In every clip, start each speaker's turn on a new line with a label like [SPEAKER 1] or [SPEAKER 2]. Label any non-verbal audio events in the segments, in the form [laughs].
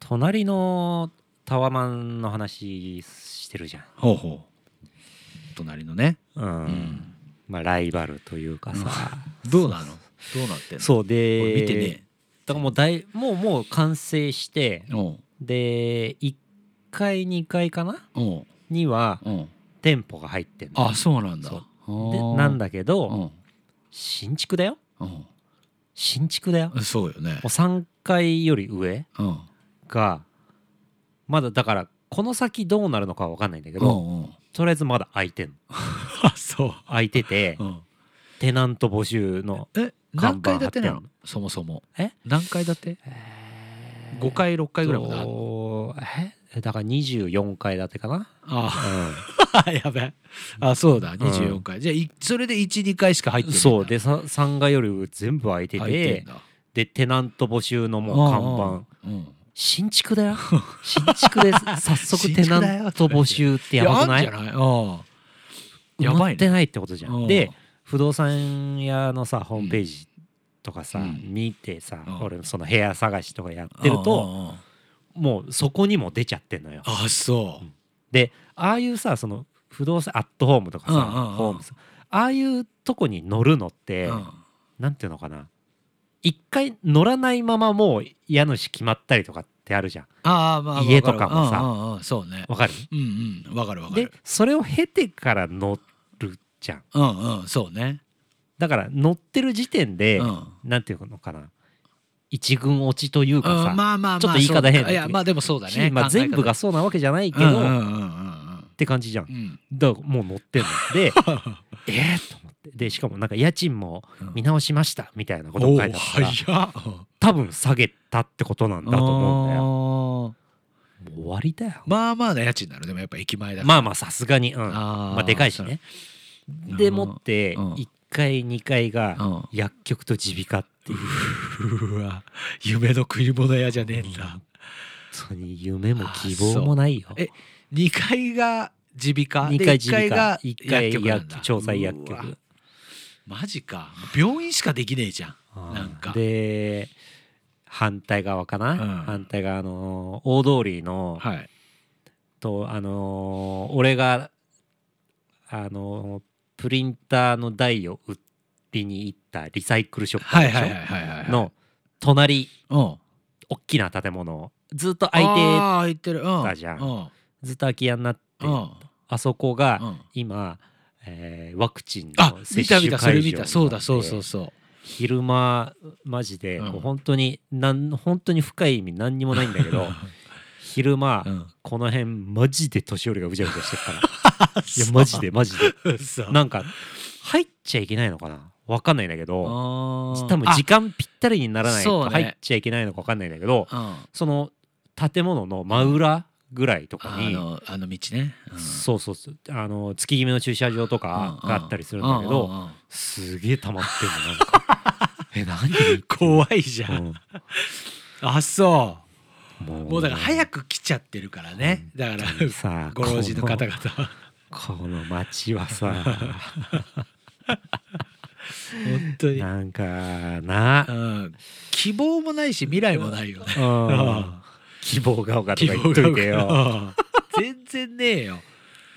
[SPEAKER 1] 隣のタワマンの話してるじゃん、
[SPEAKER 2] ほうほう隣のね、
[SPEAKER 1] うん
[SPEAKER 2] うん、
[SPEAKER 1] まあライバルというかさ、
[SPEAKER 2] どうなのどうなってんの
[SPEAKER 1] そう
[SPEAKER 2] こ
[SPEAKER 1] で
[SPEAKER 2] れ見てね
[SPEAKER 1] だからもう大もうもう完成して
[SPEAKER 2] おう
[SPEAKER 1] で1階2階かな
[SPEAKER 2] おう
[SPEAKER 1] には
[SPEAKER 2] おう
[SPEAKER 1] 店舗が入ってんの
[SPEAKER 2] あそうなんだ
[SPEAKER 1] そうで
[SPEAKER 2] あ
[SPEAKER 1] なんだけど、
[SPEAKER 2] うん
[SPEAKER 1] 新築だよ
[SPEAKER 2] う
[SPEAKER 1] 新築だよも
[SPEAKER 2] んそうよね
[SPEAKER 1] う3階より上
[SPEAKER 2] うんうん
[SPEAKER 1] がまだだからこの先どうなるのかは分かんないんだけ
[SPEAKER 2] う
[SPEAKER 1] ど、
[SPEAKER 2] んうん
[SPEAKER 1] とりあえずまだ空いてんの
[SPEAKER 2] あそう
[SPEAKER 1] 空いてて
[SPEAKER 2] うん
[SPEAKER 1] テナント募集の
[SPEAKER 2] え
[SPEAKER 1] 看
[SPEAKER 2] 何
[SPEAKER 1] 板
[SPEAKER 2] 階建てな
[SPEAKER 1] 貼っ
[SPEAKER 2] の
[SPEAKER 1] て
[SPEAKER 2] そもそも
[SPEAKER 1] え
[SPEAKER 2] 何階建て五階六階ぐらいまであるの
[SPEAKER 1] とえだから24階建てかな、
[SPEAKER 2] あ
[SPEAKER 1] [laughs]
[SPEAKER 2] あやべえあそうだ二十四階じゃあいそれで一二階しか入っ
[SPEAKER 1] うん、
[SPEAKER 2] てない
[SPEAKER 1] そうでさ3階より上全部空いてて
[SPEAKER 2] 入ってんだ
[SPEAKER 1] でテナント募集のもう看板
[SPEAKER 2] 板うん
[SPEAKER 1] 新築だよ新築 [laughs] で早速
[SPEAKER 2] 新
[SPEAKER 1] テ
[SPEAKER 2] 築だよ
[SPEAKER 1] ナント募集ってやばくない
[SPEAKER 2] やあんじゃないああ
[SPEAKER 1] 埋
[SPEAKER 2] や
[SPEAKER 1] ま
[SPEAKER 2] ば
[SPEAKER 1] っ
[SPEAKER 2] い
[SPEAKER 1] て
[SPEAKER 2] ね
[SPEAKER 1] ないってことじゃ
[SPEAKER 2] うんん
[SPEAKER 1] で不動産屋のさホームページとかさ、
[SPEAKER 2] うん
[SPEAKER 1] 見てさ、
[SPEAKER 2] うん
[SPEAKER 1] 俺その部屋探しとかやってると
[SPEAKER 2] あ
[SPEAKER 1] もうそこにも出ちゃってんのよ
[SPEAKER 2] ああああそう
[SPEAKER 1] でああいうさその不動産アットホームとかさ、
[SPEAKER 2] うんうんうん
[SPEAKER 1] ホームさああいうとこに乗るのって、
[SPEAKER 2] うん
[SPEAKER 1] なんていうのかな一回乗らないままもう家主決まったりとかってあるじゃん
[SPEAKER 2] ああまあまあ
[SPEAKER 1] 家とかもさ
[SPEAKER 2] わるわうんうんうんそうね
[SPEAKER 1] わかる
[SPEAKER 2] うんうんわかるわか
[SPEAKER 1] で
[SPEAKER 2] る
[SPEAKER 1] それを経てから乗るじゃん
[SPEAKER 2] うんうんそうね
[SPEAKER 1] だから乗ってる時点で、
[SPEAKER 2] うんうん
[SPEAKER 1] なんていうのかな一軍落ちというかさ、
[SPEAKER 2] まあまあまあ
[SPEAKER 1] ちょっと言い方変だけど
[SPEAKER 2] そうかいやまあでもそうだ
[SPEAKER 1] し
[SPEAKER 2] ね
[SPEAKER 1] まあ、
[SPEAKER 2] 考え方
[SPEAKER 1] 全部がそうなわけじゃないけ
[SPEAKER 2] う
[SPEAKER 1] ど、
[SPEAKER 2] んうんうん
[SPEAKER 1] っ
[SPEAKER 2] うん
[SPEAKER 1] て感じじゃん
[SPEAKER 2] うんうん
[SPEAKER 1] だからもう乗ってんの
[SPEAKER 2] [laughs]
[SPEAKER 1] でえー、と思ってでしかもなんか家賃も見直しましたみたいなこと
[SPEAKER 2] お
[SPEAKER 1] が
[SPEAKER 2] お
[SPEAKER 1] 書いてあったから
[SPEAKER 2] 早っ
[SPEAKER 1] 多分下げたってことなんだと思うんだよも
[SPEAKER 2] よ
[SPEAKER 1] う終わりだよ
[SPEAKER 2] まあまあな家賃になるでもやっぱ駅前だ
[SPEAKER 1] まあまあさすがにうん
[SPEAKER 2] あー
[SPEAKER 1] まあでかいしね
[SPEAKER 2] う
[SPEAKER 1] でもって
[SPEAKER 2] うん
[SPEAKER 1] 1階2階
[SPEAKER 2] う
[SPEAKER 1] が
[SPEAKER 2] ん
[SPEAKER 1] 薬局と耳鼻科っていう
[SPEAKER 2] うわ夢の食い物屋じゃねえんだ
[SPEAKER 1] 本当に夢も希望もないよ
[SPEAKER 2] あそうえ2階が耳鼻科
[SPEAKER 1] 2
[SPEAKER 2] で
[SPEAKER 1] 階
[SPEAKER 2] 一
[SPEAKER 1] 耳鼻科1
[SPEAKER 2] 一
[SPEAKER 1] 階
[SPEAKER 2] 薬局なん
[SPEAKER 1] 薬
[SPEAKER 2] だ
[SPEAKER 1] 局調剤薬
[SPEAKER 2] うわ
[SPEAKER 1] 局
[SPEAKER 2] マジか病院しかできねえじゃんなんか
[SPEAKER 1] で反対側かな、
[SPEAKER 2] うん
[SPEAKER 1] 反対側の大通りの、
[SPEAKER 2] はい
[SPEAKER 1] とあのー俺があのープリンターの台を売りに行ったリサイクルショップ
[SPEAKER 2] は
[SPEAKER 1] で
[SPEAKER 2] い
[SPEAKER 1] しょ
[SPEAKER 2] はいはいはいはいはい
[SPEAKER 1] の隣
[SPEAKER 2] うん
[SPEAKER 1] 大きな建物ずっと空いて
[SPEAKER 2] あー空いてるうん
[SPEAKER 1] たじゃん
[SPEAKER 2] うん
[SPEAKER 1] ずっと空き家になって
[SPEAKER 2] うん
[SPEAKER 1] あそこが
[SPEAKER 2] うん
[SPEAKER 1] 今、えーワクチン
[SPEAKER 2] あ
[SPEAKER 1] の
[SPEAKER 2] 見
[SPEAKER 1] 接
[SPEAKER 2] た
[SPEAKER 1] 種会
[SPEAKER 2] 見
[SPEAKER 1] 場
[SPEAKER 2] たそれ見たそう
[SPEAKER 1] にな
[SPEAKER 2] だ
[SPEAKER 1] って
[SPEAKER 2] そうそうそう
[SPEAKER 1] 昼間マジで、
[SPEAKER 2] うん
[SPEAKER 1] こう本当になん本当に深い意味何にもないんだけ
[SPEAKER 2] [laughs]
[SPEAKER 1] ど昼間、
[SPEAKER 2] うん
[SPEAKER 1] この辺マジで年寄りがうじゃうじゃしてる
[SPEAKER 2] [laughs]
[SPEAKER 1] からい
[SPEAKER 2] そ
[SPEAKER 1] や
[SPEAKER 2] う
[SPEAKER 1] マジでマジで
[SPEAKER 2] [laughs] 嘘
[SPEAKER 1] なんか入っちゃいけないのかなわかんないんだけど
[SPEAKER 2] あー
[SPEAKER 1] 多分時間ぴったりにならない
[SPEAKER 2] そう
[SPEAKER 1] と
[SPEAKER 2] ね
[SPEAKER 1] 入っちゃいけないのかわかんないんだけど
[SPEAKER 2] あ
[SPEAKER 1] その建物の真裏ぐらいと
[SPEAKER 2] うん
[SPEAKER 1] か
[SPEAKER 2] あ
[SPEAKER 1] に
[SPEAKER 2] のあの道ねうん
[SPEAKER 1] そうそうそうあの月決めの駐車場とかがあったりするんだけ
[SPEAKER 2] う
[SPEAKER 1] ど
[SPEAKER 2] んうんうん
[SPEAKER 1] すげえ溜まってんのなんかえ何
[SPEAKER 2] 怖いじゃ
[SPEAKER 1] うん
[SPEAKER 2] [laughs]
[SPEAKER 1] ん
[SPEAKER 2] あそ
[SPEAKER 1] も
[SPEAKER 2] うもうだから早
[SPEAKER 1] く
[SPEAKER 2] く来ちゃってるからねだから
[SPEAKER 1] さ
[SPEAKER 2] [laughs] ご老人の方々
[SPEAKER 1] このこの街は
[SPEAKER 2] [laughs]
[SPEAKER 1] さ
[SPEAKER 2] 本当に
[SPEAKER 1] なんかな
[SPEAKER 2] うん希望もないし未来もないよね
[SPEAKER 1] うん希望が丘とか言っといてよ
[SPEAKER 2] よ [laughs] 全然ねえよ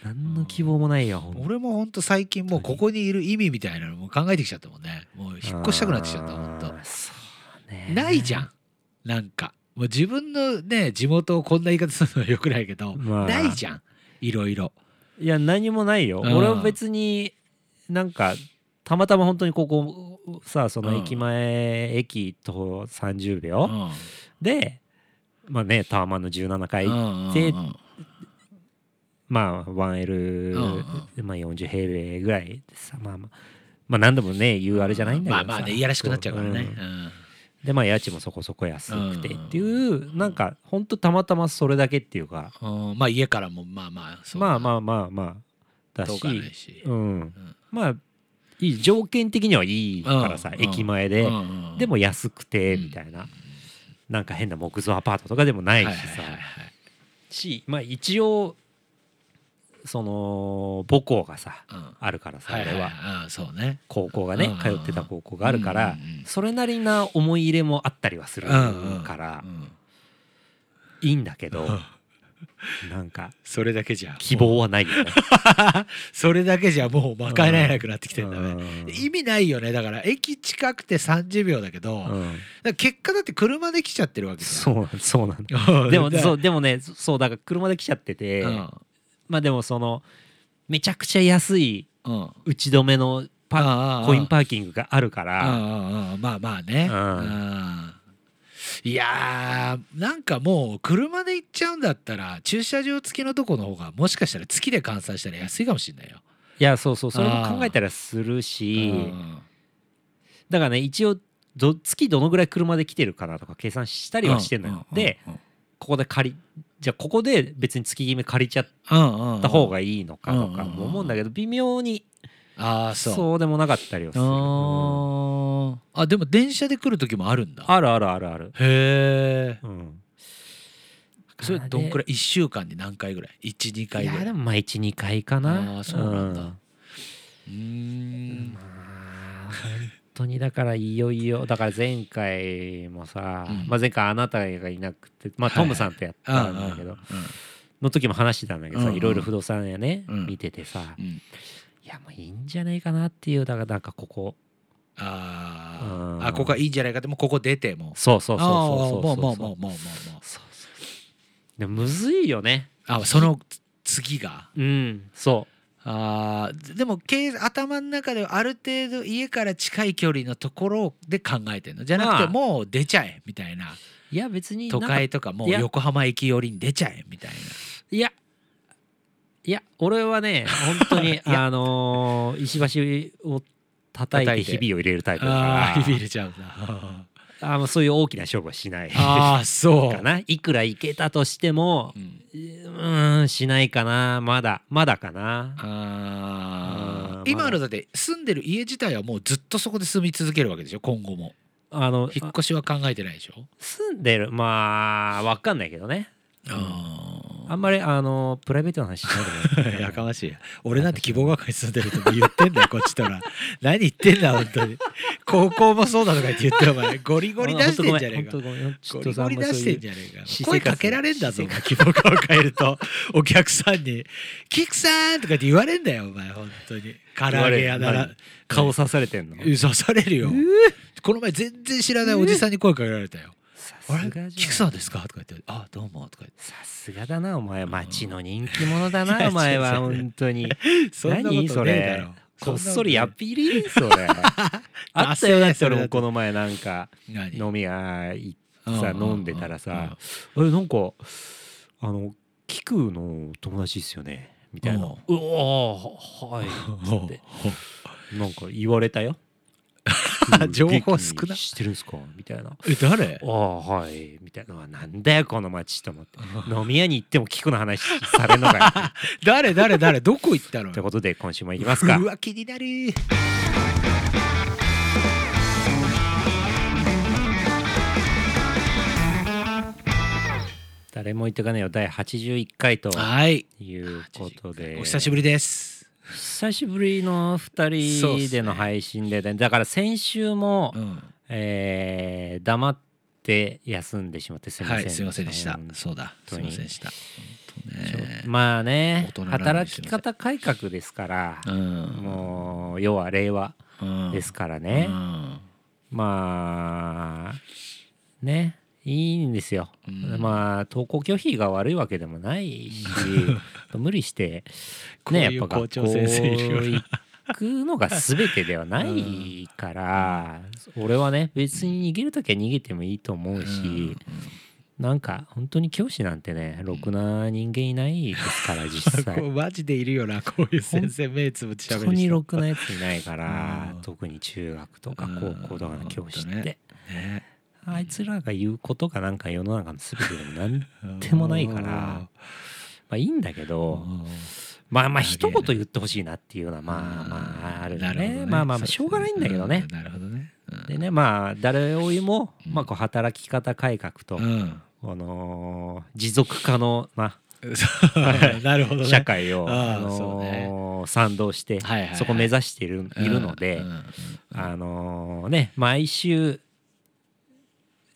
[SPEAKER 1] 何の希望もないよほんと
[SPEAKER 2] 俺もほんと最近もうここにいる意味みたいなのも考えてきちゃったもんねもう引っ越したくなってきちゃったほんと
[SPEAKER 1] あーそうね
[SPEAKER 2] ないじゃんなんかもう自分のね地元をこんな言い方するのはよくないけど、
[SPEAKER 1] まあ
[SPEAKER 2] ないじゃんいろいろ
[SPEAKER 1] いや何もないよ
[SPEAKER 2] うん
[SPEAKER 1] 俺は別になんかたまたま本当にここさその駅前、駅と30
[SPEAKER 2] う
[SPEAKER 1] 秒、
[SPEAKER 2] ん
[SPEAKER 1] でまあねタワマンの17階、
[SPEAKER 2] うん
[SPEAKER 1] で
[SPEAKER 2] うんうん
[SPEAKER 1] まあ 1L、まあ、40平米ぐらいでさまあまあまあ何度もね言うあれじゃないんだけど
[SPEAKER 2] ま
[SPEAKER 1] さ
[SPEAKER 2] あまあねいやらしくなっちゃうからね、
[SPEAKER 1] ん
[SPEAKER 2] うん
[SPEAKER 1] でまあ家賃もそこそこ安くてっていうなんかほんとたまたまそれだけっていうか
[SPEAKER 2] うんまあ家からもまあまあそう
[SPEAKER 1] まあまあまあまあだ
[SPEAKER 2] 遠
[SPEAKER 1] し
[SPEAKER 2] くはないし
[SPEAKER 1] うん、まあいい条件的にはいいからさ、
[SPEAKER 2] うん
[SPEAKER 1] 駅前
[SPEAKER 2] う
[SPEAKER 1] で、
[SPEAKER 2] んうん
[SPEAKER 1] でも安くてみたいな、なんか変な木造アパートとかでもな
[SPEAKER 2] はいいは
[SPEAKER 1] し
[SPEAKER 2] い
[SPEAKER 1] さ、
[SPEAKER 2] はいはい
[SPEAKER 1] しまあ一応その母校がさ
[SPEAKER 2] うん
[SPEAKER 1] あるからさ、
[SPEAKER 2] はい
[SPEAKER 1] 俺
[SPEAKER 2] はい
[SPEAKER 1] は
[SPEAKER 2] はいうんそうね
[SPEAKER 1] 高校がね、
[SPEAKER 2] うん
[SPEAKER 1] 通ってた高校があるから、
[SPEAKER 2] うんうん
[SPEAKER 1] それなりな思い入れもあったりはするから、
[SPEAKER 2] うん
[SPEAKER 1] いいんだけどなんか
[SPEAKER 2] それだけじゃ
[SPEAKER 1] 希望はないよ
[SPEAKER 2] [laughs]
[SPEAKER 1] ね。
[SPEAKER 2] それだけじゃもう賄えなくなってきてんだね、
[SPEAKER 1] うん
[SPEAKER 2] 意味ないよねだから駅近くて30秒だけど、だか
[SPEAKER 1] うん
[SPEAKER 2] ら結果だって車で来ちゃってるわけ
[SPEAKER 1] そうなんそうなん [laughs]
[SPEAKER 2] う
[SPEAKER 1] でもそううでもねそうだから車で来ちゃってて、
[SPEAKER 2] ん
[SPEAKER 1] まあでもそのめちゃくちゃ安い
[SPEAKER 2] うん
[SPEAKER 1] 打ち止めのパコインパーキングがあるから
[SPEAKER 2] うんうんうんまあまあね、
[SPEAKER 1] うん
[SPEAKER 2] うんいやーなんかもう車で行っちゃうんだったら駐車場付きのとこの方がもしかしたら月で換算したら安いかもしれないよ。
[SPEAKER 1] いやそうそうそれも考えたらするし
[SPEAKER 2] うん
[SPEAKER 1] だからね一応ど月どのぐらい車で来てるかなとか計算したりはしてんのよ。で、
[SPEAKER 2] うんうん
[SPEAKER 1] ここで借りじゃあここで別に月決め借りちゃっ
[SPEAKER 2] うんうん、
[SPEAKER 1] た方がいいのかとか
[SPEAKER 2] うんうん
[SPEAKER 1] も思うんだけど微妙に
[SPEAKER 2] ああそう。
[SPEAKER 1] そうでもなかったりはす
[SPEAKER 2] あ
[SPEAKER 1] る。うん
[SPEAKER 2] ーあでも電車で来る時もあるんだ。
[SPEAKER 1] あるあるあるある。
[SPEAKER 2] へえ。
[SPEAKER 1] うん、
[SPEAKER 2] それどんくら
[SPEAKER 1] い
[SPEAKER 2] い1週間に何回ぐらい ?12 回
[SPEAKER 1] い
[SPEAKER 2] ぐ
[SPEAKER 1] や
[SPEAKER 2] らい。
[SPEAKER 1] で
[SPEAKER 2] う
[SPEAKER 1] もまあ12回かな
[SPEAKER 2] あーそうなんだ
[SPEAKER 1] ん
[SPEAKER 2] ーん
[SPEAKER 1] まあ本当にだからいよいよだから前回もさ、
[SPEAKER 2] うん
[SPEAKER 1] まあ、前回あなたがいなくて、まあ、
[SPEAKER 2] はい
[SPEAKER 1] トムさんとやったんだけど、の時も話してたんだけどさ、
[SPEAKER 2] うんうん
[SPEAKER 1] いろいろ不動産やね、
[SPEAKER 2] うん
[SPEAKER 1] 見ててさ
[SPEAKER 2] うんうんうん
[SPEAKER 1] いやもういいんじゃないかなっていうだからなんかここ
[SPEAKER 2] あ
[SPEAKER 1] う
[SPEAKER 2] ー
[SPEAKER 1] ん
[SPEAKER 2] あここはいいんじゃないかでもここ出ても
[SPEAKER 1] そうそうそうそうそ
[SPEAKER 2] ああ
[SPEAKER 1] う
[SPEAKER 2] も
[SPEAKER 1] そう
[SPEAKER 2] うもうもうもうもうもう
[SPEAKER 1] そうそうでもむずいよね
[SPEAKER 2] あその次が
[SPEAKER 1] うんそ
[SPEAKER 2] あーでも経営頭の中ではある程度家から近い距離のところで考えてるのじゃなくて
[SPEAKER 1] まあ
[SPEAKER 2] もう出ちゃえみたいな
[SPEAKER 1] ういや別になん
[SPEAKER 2] 都
[SPEAKER 1] か
[SPEAKER 2] 会とかもう
[SPEAKER 1] いや
[SPEAKER 2] 横浜駅寄りに出ちゃえみたい
[SPEAKER 1] いやいや俺はね本当
[SPEAKER 2] [laughs]
[SPEAKER 1] にあのー石橋を叩い
[SPEAKER 2] 叩
[SPEAKER 1] て
[SPEAKER 2] いて
[SPEAKER 1] ひびを入れるタイプだ
[SPEAKER 2] な
[SPEAKER 1] か
[SPEAKER 2] あー入れちゃうな
[SPEAKER 1] らあもうそういう大きな勝負はしない [laughs] か
[SPEAKER 2] [laughs] あー [laughs] そう
[SPEAKER 1] ないくらいけたとしても
[SPEAKER 2] うん
[SPEAKER 1] うーんしないかなまだまだかな
[SPEAKER 2] あ
[SPEAKER 1] うん
[SPEAKER 2] ー今のだって住んでる家自体はもうずっとそこで住み続けるわけでしょ今後も
[SPEAKER 1] あの
[SPEAKER 2] 引っ越しは考えてないでしょ
[SPEAKER 1] 住んでるまあわかんないけどね
[SPEAKER 2] あ
[SPEAKER 1] あんまりあのプライベートの話しないで
[SPEAKER 2] ー
[SPEAKER 1] も
[SPEAKER 2] やかましい俺なんて希望学園住んでるとか言ってんだよこっち [laughs] とら何言ってんだ本当に高校もそうだとか言って言ってお前ゴリ [laughs] ゴリ出してんじゃねえか
[SPEAKER 1] ほとごめんほんとご
[SPEAKER 2] ゴ
[SPEAKER 1] めんちょっ
[SPEAKER 2] リ
[SPEAKER 1] とあん
[SPEAKER 2] ゴリ
[SPEAKER 1] ま
[SPEAKER 2] 出
[SPEAKER 1] そう
[SPEAKER 2] して
[SPEAKER 1] い
[SPEAKER 2] ん
[SPEAKER 1] う
[SPEAKER 2] じゃねえか
[SPEAKER 1] 私生活
[SPEAKER 2] 声かけられんだぞお前希望学園るとお客さんに「キクさん」とかって言われんだよお前本当に唐揚げ屋だ
[SPEAKER 1] 言わ
[SPEAKER 2] な
[SPEAKER 1] れる顔刺されてんの
[SPEAKER 2] 刺されるよ、この前全然知らないおじさんに声かけられたよ
[SPEAKER 1] さ
[SPEAKER 2] 「
[SPEAKER 1] す
[SPEAKER 2] あ
[SPEAKER 1] が
[SPEAKER 2] れ
[SPEAKER 1] じゃん
[SPEAKER 2] キクさんですか?」とか言って「あどうも」とか言って
[SPEAKER 1] さすがだなお前は町の人気者だ
[SPEAKER 2] [laughs] いや
[SPEAKER 1] なお前
[SPEAKER 2] 違
[SPEAKER 1] は
[SPEAKER 2] う違う
[SPEAKER 1] 本当に
[SPEAKER 2] そんなことね
[SPEAKER 1] 何そ
[SPEAKER 2] えだ
[SPEAKER 1] れ
[SPEAKER 2] ろ
[SPEAKER 1] こっそりア
[SPEAKER 2] そんなこ
[SPEAKER 1] ピールそ
[SPEAKER 2] [laughs]
[SPEAKER 1] れあったよだって俺もこの前なんか
[SPEAKER 2] とね何
[SPEAKER 1] 飲み屋行ってさ
[SPEAKER 2] うん
[SPEAKER 1] 飲んでたらさ「あれなんかあのキクの友達ですよね」みたいな
[SPEAKER 2] うん
[SPEAKER 1] 「うおーはい」つ
[SPEAKER 2] うん
[SPEAKER 1] って [laughs] なんか言われたよ
[SPEAKER 2] [laughs] 情報少な
[SPEAKER 1] 元気にしてるんすかみたいな
[SPEAKER 2] え誰
[SPEAKER 1] ああはいみたいなあなんだよこの町と思って飲み屋に行っても聞くの話されんのかよ
[SPEAKER 2] 誰誰誰どこ行ったの [laughs]
[SPEAKER 1] ということで今週も行きますか
[SPEAKER 2] うわ気になる
[SPEAKER 1] 誰も言ってかねえよ第81回と
[SPEAKER 2] はい
[SPEAKER 1] いうことで
[SPEAKER 2] お久しぶりです
[SPEAKER 1] 久しぶりの
[SPEAKER 2] そうっ
[SPEAKER 1] 2
[SPEAKER 2] す
[SPEAKER 1] 人
[SPEAKER 2] ね
[SPEAKER 1] での配信で、ねだから先週も、
[SPEAKER 2] うん
[SPEAKER 1] えー黙って休んでしまってすいませ
[SPEAKER 2] は
[SPEAKER 1] ん、
[SPEAKER 2] いすいませんでした
[SPEAKER 1] 本当に
[SPEAKER 2] そうだす
[SPEAKER 1] 本当
[SPEAKER 2] いま
[SPEAKER 1] に
[SPEAKER 2] せんでした本当
[SPEAKER 1] ちょ
[SPEAKER 2] ね
[SPEAKER 1] まあね
[SPEAKER 2] 大人なんで
[SPEAKER 1] 働き方改革ですから、
[SPEAKER 2] うん
[SPEAKER 1] もう要は令和
[SPEAKER 2] うん
[SPEAKER 1] ですからね、
[SPEAKER 2] うん
[SPEAKER 1] まあねいいんですよ、
[SPEAKER 2] うん
[SPEAKER 1] まあ登校拒否が悪いわけでもないし無理して
[SPEAKER 2] [laughs] こう
[SPEAKER 1] ね
[SPEAKER 2] いう
[SPEAKER 1] やっぱ学
[SPEAKER 2] 校
[SPEAKER 1] 校
[SPEAKER 2] 長先生いるよな
[SPEAKER 1] 行くのが全てではないから、俺はね別に逃げる時は逃げてもいいと思うし、なんか本当に教師なんてねろくな人間いないですから実
[SPEAKER 2] [laughs] こう
[SPEAKER 1] 際。
[SPEAKER 2] マジでいるよなこういう先生目つぶって喋
[SPEAKER 1] 本
[SPEAKER 2] る
[SPEAKER 1] 当
[SPEAKER 2] 人
[SPEAKER 1] にろくなやついないから、
[SPEAKER 2] うん
[SPEAKER 1] 特に中学とか
[SPEAKER 2] うん
[SPEAKER 1] 高校とかの教師って、
[SPEAKER 2] 本当ねね
[SPEAKER 1] あいつらが言うことがなんか世の中の全てでもなんま手もない
[SPEAKER 2] [laughs]
[SPEAKER 1] からあいいんだけ
[SPEAKER 2] うん
[SPEAKER 1] どまあまあ
[SPEAKER 2] す
[SPEAKER 1] 一
[SPEAKER 2] げえ
[SPEAKER 1] 言言ってほしいなっていうのはまあまあある
[SPEAKER 2] な
[SPEAKER 1] よ
[SPEAKER 2] るほど
[SPEAKER 1] ねまあまあまあしょうがないんだけどね
[SPEAKER 2] うなるほどねうん
[SPEAKER 1] でねまあ誰よりもまあこう働き方改革と
[SPEAKER 2] うん
[SPEAKER 1] あのー持続可能な
[SPEAKER 2] そう [laughs] なるほどね
[SPEAKER 1] 社会を
[SPEAKER 2] あー
[SPEAKER 1] あ
[SPEAKER 2] そうね
[SPEAKER 1] のー賛同して
[SPEAKER 2] はいはいはい
[SPEAKER 1] そこ目指しているいるので
[SPEAKER 2] うんうん
[SPEAKER 1] あのーね毎週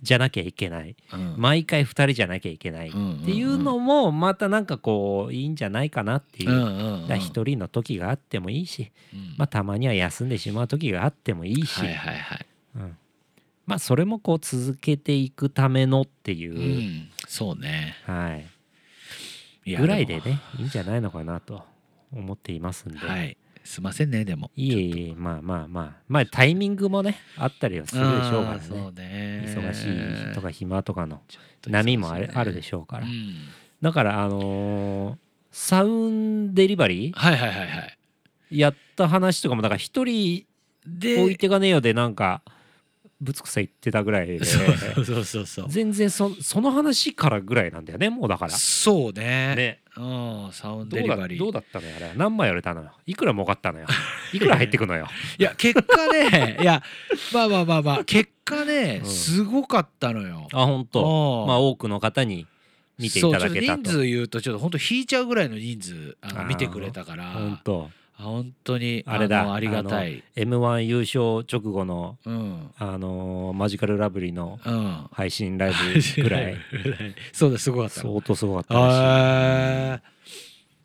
[SPEAKER 1] じゃなきゃいけない
[SPEAKER 2] うん
[SPEAKER 1] 毎回2人じゃなきゃいけないっ
[SPEAKER 2] うん
[SPEAKER 1] ていうのもまたなんかこういいんじゃないかなっていうう。
[SPEAKER 2] んうんうん
[SPEAKER 1] だ1人の時があってもいいし、
[SPEAKER 2] うん
[SPEAKER 1] まあ、たまには休んでしまう時があってもいいし、
[SPEAKER 2] はいはいはい
[SPEAKER 1] うん、まあそれもこう続けていくためのっていうう、
[SPEAKER 2] んそうね
[SPEAKER 1] はい、
[SPEAKER 2] や
[SPEAKER 1] ぐらいで
[SPEAKER 2] も
[SPEAKER 1] ねいいんじゃないのかなと思っていますんで、
[SPEAKER 2] はいすいませんねでも
[SPEAKER 1] いえいえまあまあまあまあタイミングもねあったりはするでしょうから
[SPEAKER 2] あーそ
[SPEAKER 1] ね
[SPEAKER 2] うね
[SPEAKER 1] 忙しいとか暇とかの
[SPEAKER 2] ちょっと忙しいね
[SPEAKER 1] 波もある,、あるでしょうから、
[SPEAKER 2] うん
[SPEAKER 1] だからあのーサウンデリバリ
[SPEAKER 2] はいはいはいはい
[SPEAKER 1] ーやった話とかもだから一人
[SPEAKER 2] で
[SPEAKER 1] 置いてかねえよでなんかぶつくさ言ってたぐらいで
[SPEAKER 2] そうそうそうそ
[SPEAKER 1] [laughs]
[SPEAKER 2] う
[SPEAKER 1] 全然そその話からぐらいなんだよねもうだから
[SPEAKER 2] そうね
[SPEAKER 1] ね
[SPEAKER 2] うんサウンド
[SPEAKER 1] ど
[SPEAKER 2] デ
[SPEAKER 1] う
[SPEAKER 2] リ
[SPEAKER 1] だ
[SPEAKER 2] バリー
[SPEAKER 1] どうだったのよあれ何枚売れたのよいくら儲かった
[SPEAKER 2] [laughs]
[SPEAKER 1] のよいくら入ってくのよ
[SPEAKER 2] いや結果
[SPEAKER 1] [laughs]
[SPEAKER 2] ねいやまあまあまあまあ結果ね、
[SPEAKER 1] うん
[SPEAKER 2] すごかったのよ。
[SPEAKER 1] あ本当
[SPEAKER 2] うん
[SPEAKER 1] まあ多くの方に見ていただ
[SPEAKER 2] そう
[SPEAKER 1] け
[SPEAKER 2] ちょ
[SPEAKER 1] た
[SPEAKER 2] っと
[SPEAKER 1] と
[SPEAKER 2] 人数言うとちょっと本当引いちゃうぐらいの人数あの
[SPEAKER 1] あー
[SPEAKER 2] 見てくれたから
[SPEAKER 1] 本当
[SPEAKER 2] あ本当に
[SPEAKER 1] あれだ
[SPEAKER 2] のありがたい。
[SPEAKER 1] m 1優勝直後の、
[SPEAKER 2] うん
[SPEAKER 1] あのーマジカルラブリーの
[SPEAKER 2] うん
[SPEAKER 1] 配信ライ
[SPEAKER 2] [laughs]
[SPEAKER 1] ブ [laughs] ぐらい
[SPEAKER 2] そうだすごかったの。
[SPEAKER 1] 相当すごかったらしい
[SPEAKER 2] あー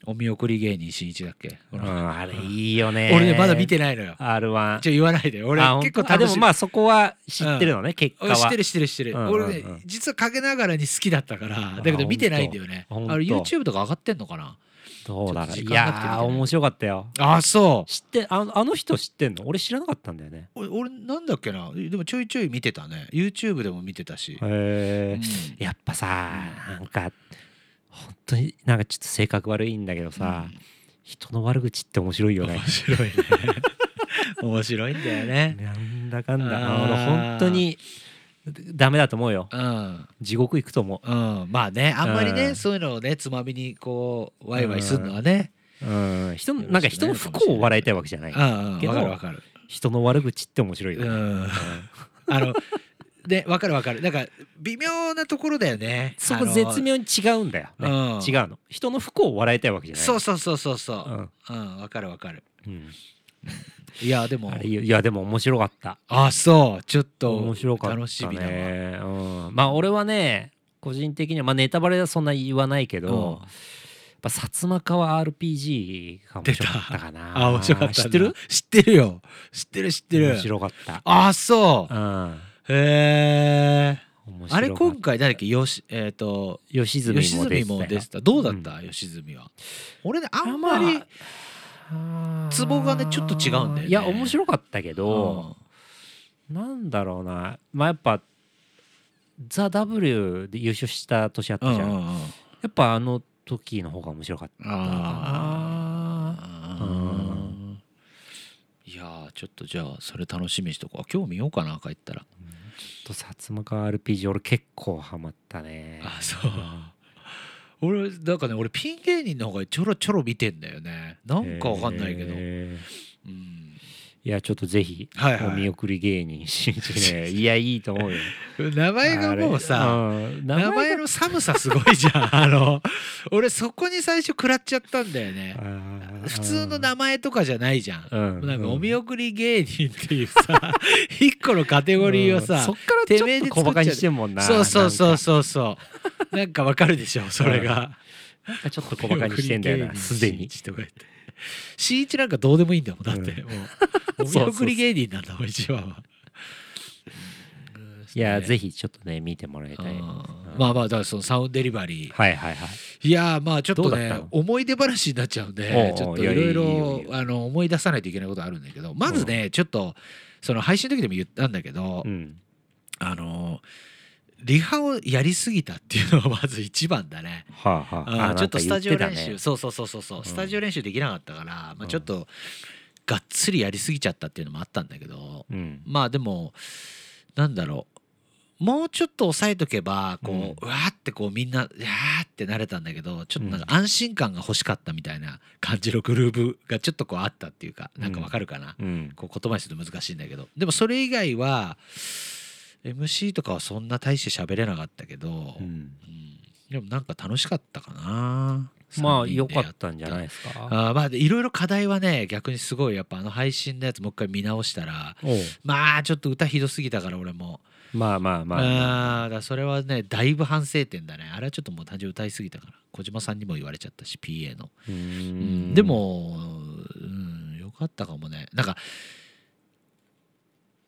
[SPEAKER 2] お見送り芸人しんいちだっけ、
[SPEAKER 1] う
[SPEAKER 2] ほ
[SPEAKER 1] ん
[SPEAKER 2] ら
[SPEAKER 1] あれいいよね
[SPEAKER 2] 俺ねまだ見てないのよ。
[SPEAKER 1] R1
[SPEAKER 2] ちょ言わないで俺
[SPEAKER 1] あ
[SPEAKER 2] 結構
[SPEAKER 1] ほんとあ
[SPEAKER 2] 楽
[SPEAKER 1] で
[SPEAKER 2] し
[SPEAKER 1] も
[SPEAKER 2] い
[SPEAKER 1] まあそこは知ってるのね、結果
[SPEAKER 2] うん
[SPEAKER 1] は
[SPEAKER 2] 知ってる知ってる知ってる、
[SPEAKER 1] うんうん
[SPEAKER 2] 俺
[SPEAKER 1] う
[SPEAKER 2] ね
[SPEAKER 1] ん
[SPEAKER 2] 実は陰ながらに好きだったからだけど見てないんだよねあ
[SPEAKER 1] ほんと
[SPEAKER 2] れ
[SPEAKER 1] ほんと
[SPEAKER 2] YouTube とか上がってんのかな
[SPEAKER 1] どうだろう
[SPEAKER 2] ちょっと時
[SPEAKER 1] い
[SPEAKER 2] 間があってみたいな
[SPEAKER 1] やー面白かったよ
[SPEAKER 2] あそ
[SPEAKER 1] 知ってあのあの人知ってんの俺知らなかったんだよね
[SPEAKER 2] う俺俺なんだっけなでもちょいちょい見てたね YouTube でも見てたし、
[SPEAKER 1] へ
[SPEAKER 2] うん
[SPEAKER 1] えやっぱさなんか本当になんかちょっと性格悪いんだけどさ、人の悪口って面白いよ
[SPEAKER 2] [laughs]
[SPEAKER 1] ね
[SPEAKER 2] 面白いね
[SPEAKER 1] [laughs]
[SPEAKER 2] 面白いんだよね
[SPEAKER 1] なんだかんだ
[SPEAKER 2] あー
[SPEAKER 1] あ俺本当にダメだと思うよ
[SPEAKER 2] うん
[SPEAKER 1] 地獄行くと思
[SPEAKER 2] うん、まあねあんまりね、
[SPEAKER 1] うん
[SPEAKER 2] そういうのをねつまみにこうワイワイするのはね、
[SPEAKER 1] う、うん、人のなんか人の不幸を笑いたいわけじゃない
[SPEAKER 2] うんうん
[SPEAKER 1] けど
[SPEAKER 2] わかるわかる、
[SPEAKER 1] 人の悪口って面白いよ
[SPEAKER 2] う
[SPEAKER 1] ね、うん
[SPEAKER 2] ん、あのでわかるわかるなんか微妙なところだよね
[SPEAKER 1] そ
[SPEAKER 2] あ
[SPEAKER 1] こ
[SPEAKER 2] の
[SPEAKER 1] 絶妙に違うんだよ、ね
[SPEAKER 2] うん
[SPEAKER 1] 違うの人の不幸を笑いたいわけじゃない
[SPEAKER 2] そうそうそうそうそう
[SPEAKER 1] ん
[SPEAKER 2] う。うん、わかるわかる。
[SPEAKER 1] うん、
[SPEAKER 2] いやでも
[SPEAKER 1] あれいやでも面白かった
[SPEAKER 2] あそうちょっと
[SPEAKER 1] 面白かったね
[SPEAKER 2] 楽しみだわ。
[SPEAKER 1] うん、まあ俺はね個人的には、まあ、ネタバレはそんな言わないけど、
[SPEAKER 2] うん
[SPEAKER 1] やっぱ薩摩川 RPG が面白かったかな
[SPEAKER 2] あ面白かったんだ。
[SPEAKER 1] 知ってる
[SPEAKER 2] 知ってるよ。知ってる知ってる
[SPEAKER 1] 面。白かった
[SPEAKER 2] あそうう。
[SPEAKER 1] ん
[SPEAKER 2] へえ。
[SPEAKER 1] 面白か
[SPEAKER 2] あ
[SPEAKER 1] った
[SPEAKER 2] れ今回誰だっけよしえっと
[SPEAKER 1] 吉住
[SPEAKER 2] 吉
[SPEAKER 1] も出てた
[SPEAKER 2] 住も
[SPEAKER 1] よ
[SPEAKER 2] 出てた。どうだった吉住は。俺ねあんまり
[SPEAKER 1] あー
[SPEAKER 2] ツボがねちょっと違うんだよね
[SPEAKER 1] いや面白かったけ
[SPEAKER 2] うん
[SPEAKER 1] ど、なんだろうなまあやっぱ「ザ・ w で優勝した年あっ
[SPEAKER 2] うん
[SPEAKER 1] たじ
[SPEAKER 2] う
[SPEAKER 1] ゃん、
[SPEAKER 2] んうん。
[SPEAKER 1] やっぱあの時の方が面白かったか
[SPEAKER 2] あ
[SPEAKER 1] な
[SPEAKER 2] うんいやーちょっとじゃあそれ楽しみにしとこう今日見ようかな帰ったら
[SPEAKER 1] ちょっと薩摩川 RPG 俺結構ハマったね
[SPEAKER 2] あそう俺なんかね俺ピン芸人の方がちょろちょろ見てんだよねなんかわかんないけど、
[SPEAKER 1] へー
[SPEAKER 2] うん、
[SPEAKER 1] いやちょっとぜひ
[SPEAKER 2] はい
[SPEAKER 1] お見
[SPEAKER 2] は
[SPEAKER 1] 送り芸人しんいち
[SPEAKER 2] [laughs]
[SPEAKER 1] ねいやいいと思うよ
[SPEAKER 2] い名前がもうさ
[SPEAKER 1] あれうん名
[SPEAKER 2] 名
[SPEAKER 1] 前
[SPEAKER 2] 前の寒さすごいじゃ
[SPEAKER 1] [laughs]
[SPEAKER 2] んあの俺そこに最初食らっちゃったんだよね普通の名前とかじゃないじゃん
[SPEAKER 1] うん
[SPEAKER 2] なんかお見
[SPEAKER 1] 送
[SPEAKER 2] 送り芸人っていうさ [laughs] 一個のカテゴリーをさ、
[SPEAKER 1] そっからち
[SPEAKER 2] てめえ
[SPEAKER 1] ょっ
[SPEAKER 2] で
[SPEAKER 1] と
[SPEAKER 2] 作
[SPEAKER 1] 小
[SPEAKER 2] っちゃう
[SPEAKER 1] バカにしてんもんな
[SPEAKER 2] そうそうそう
[SPEAKER 1] う
[SPEAKER 2] そうそう。なんかわかるでしょ、それが。
[SPEAKER 1] なんかちょっと小バカにしてんだよなすでに
[SPEAKER 2] とか言って。しんいちなんかどうでもいいんだもん、だって。もう、
[SPEAKER 1] [laughs] そう
[SPEAKER 2] お見
[SPEAKER 1] そう
[SPEAKER 2] 送り芸人なんだもん、一番は。
[SPEAKER 1] いやぜ
[SPEAKER 2] ひ。
[SPEAKER 1] ひちょっとね見てもらいたい
[SPEAKER 2] うんまあまあ、だからそのサウンドデリバリー。
[SPEAKER 1] はいはいはい
[SPEAKER 2] いやーまあちょっと
[SPEAKER 1] どうだった
[SPEAKER 2] ね
[SPEAKER 1] の
[SPEAKER 2] 思い出話になっちゃうん
[SPEAKER 1] おうお
[SPEAKER 2] で
[SPEAKER 1] う
[SPEAKER 2] ちょっと
[SPEAKER 1] い
[SPEAKER 2] い
[SPEAKER 1] やいい
[SPEAKER 2] ろ
[SPEAKER 1] よい
[SPEAKER 2] い
[SPEAKER 1] い
[SPEAKER 2] ろ
[SPEAKER 1] よ
[SPEAKER 2] あの思い出さないといけないことあるんだけどまずねちょっとその配信の時でも言ったんだけど
[SPEAKER 1] うん
[SPEAKER 2] あのリハをやりすぎたっていうのがまず一番だね。
[SPEAKER 1] はあはあ
[SPEAKER 2] あ
[SPEAKER 1] あ
[SPEAKER 2] ちょっとスタジオ
[SPEAKER 1] なん
[SPEAKER 2] 練
[SPEAKER 1] か言ってたね
[SPEAKER 2] 習、そうそうそうそうそう
[SPEAKER 1] うん
[SPEAKER 2] スタジオ練習できなかったから、ま
[SPEAKER 1] う
[SPEAKER 2] あ、
[SPEAKER 1] ん
[SPEAKER 2] ちょっとがっつりやりすぎちゃったっていうのもあったんだけど
[SPEAKER 1] うん
[SPEAKER 2] まあでもなんだろうもうちょっと抑えとけばこう,、
[SPEAKER 1] うん
[SPEAKER 2] わーってこうみんな「やー」って慣れたんだけどちょっとなんか安心感が欲しかったみたいな感じのグルーブがちょっとこうあったっていうかなんかわかるかな、
[SPEAKER 1] うん
[SPEAKER 2] こう言葉にすると難しいんだけどでもそれ以外は MC とかはそんな大して喋れなかったけど、
[SPEAKER 1] うん
[SPEAKER 2] うんでもなんか楽しかったかな。
[SPEAKER 1] まあ
[SPEAKER 2] 三
[SPEAKER 1] 良
[SPEAKER 2] 人で
[SPEAKER 1] か
[SPEAKER 2] や
[SPEAKER 1] ったんじゃないですか
[SPEAKER 2] あーまあでいろいろ課題はね逆にすごいやっぱあの配信のやつもう一回見直したら
[SPEAKER 1] おう
[SPEAKER 2] まあちょっと歌ひどすぎたから俺も
[SPEAKER 1] まあまあまあ、
[SPEAKER 2] あーだからそれはねだいぶ反省点だねあれはちょっともう単純に歌いすぎたから小島さんにも言われちゃったし PA の、
[SPEAKER 1] うー
[SPEAKER 2] うんんでも、うん、よかったかもねなんか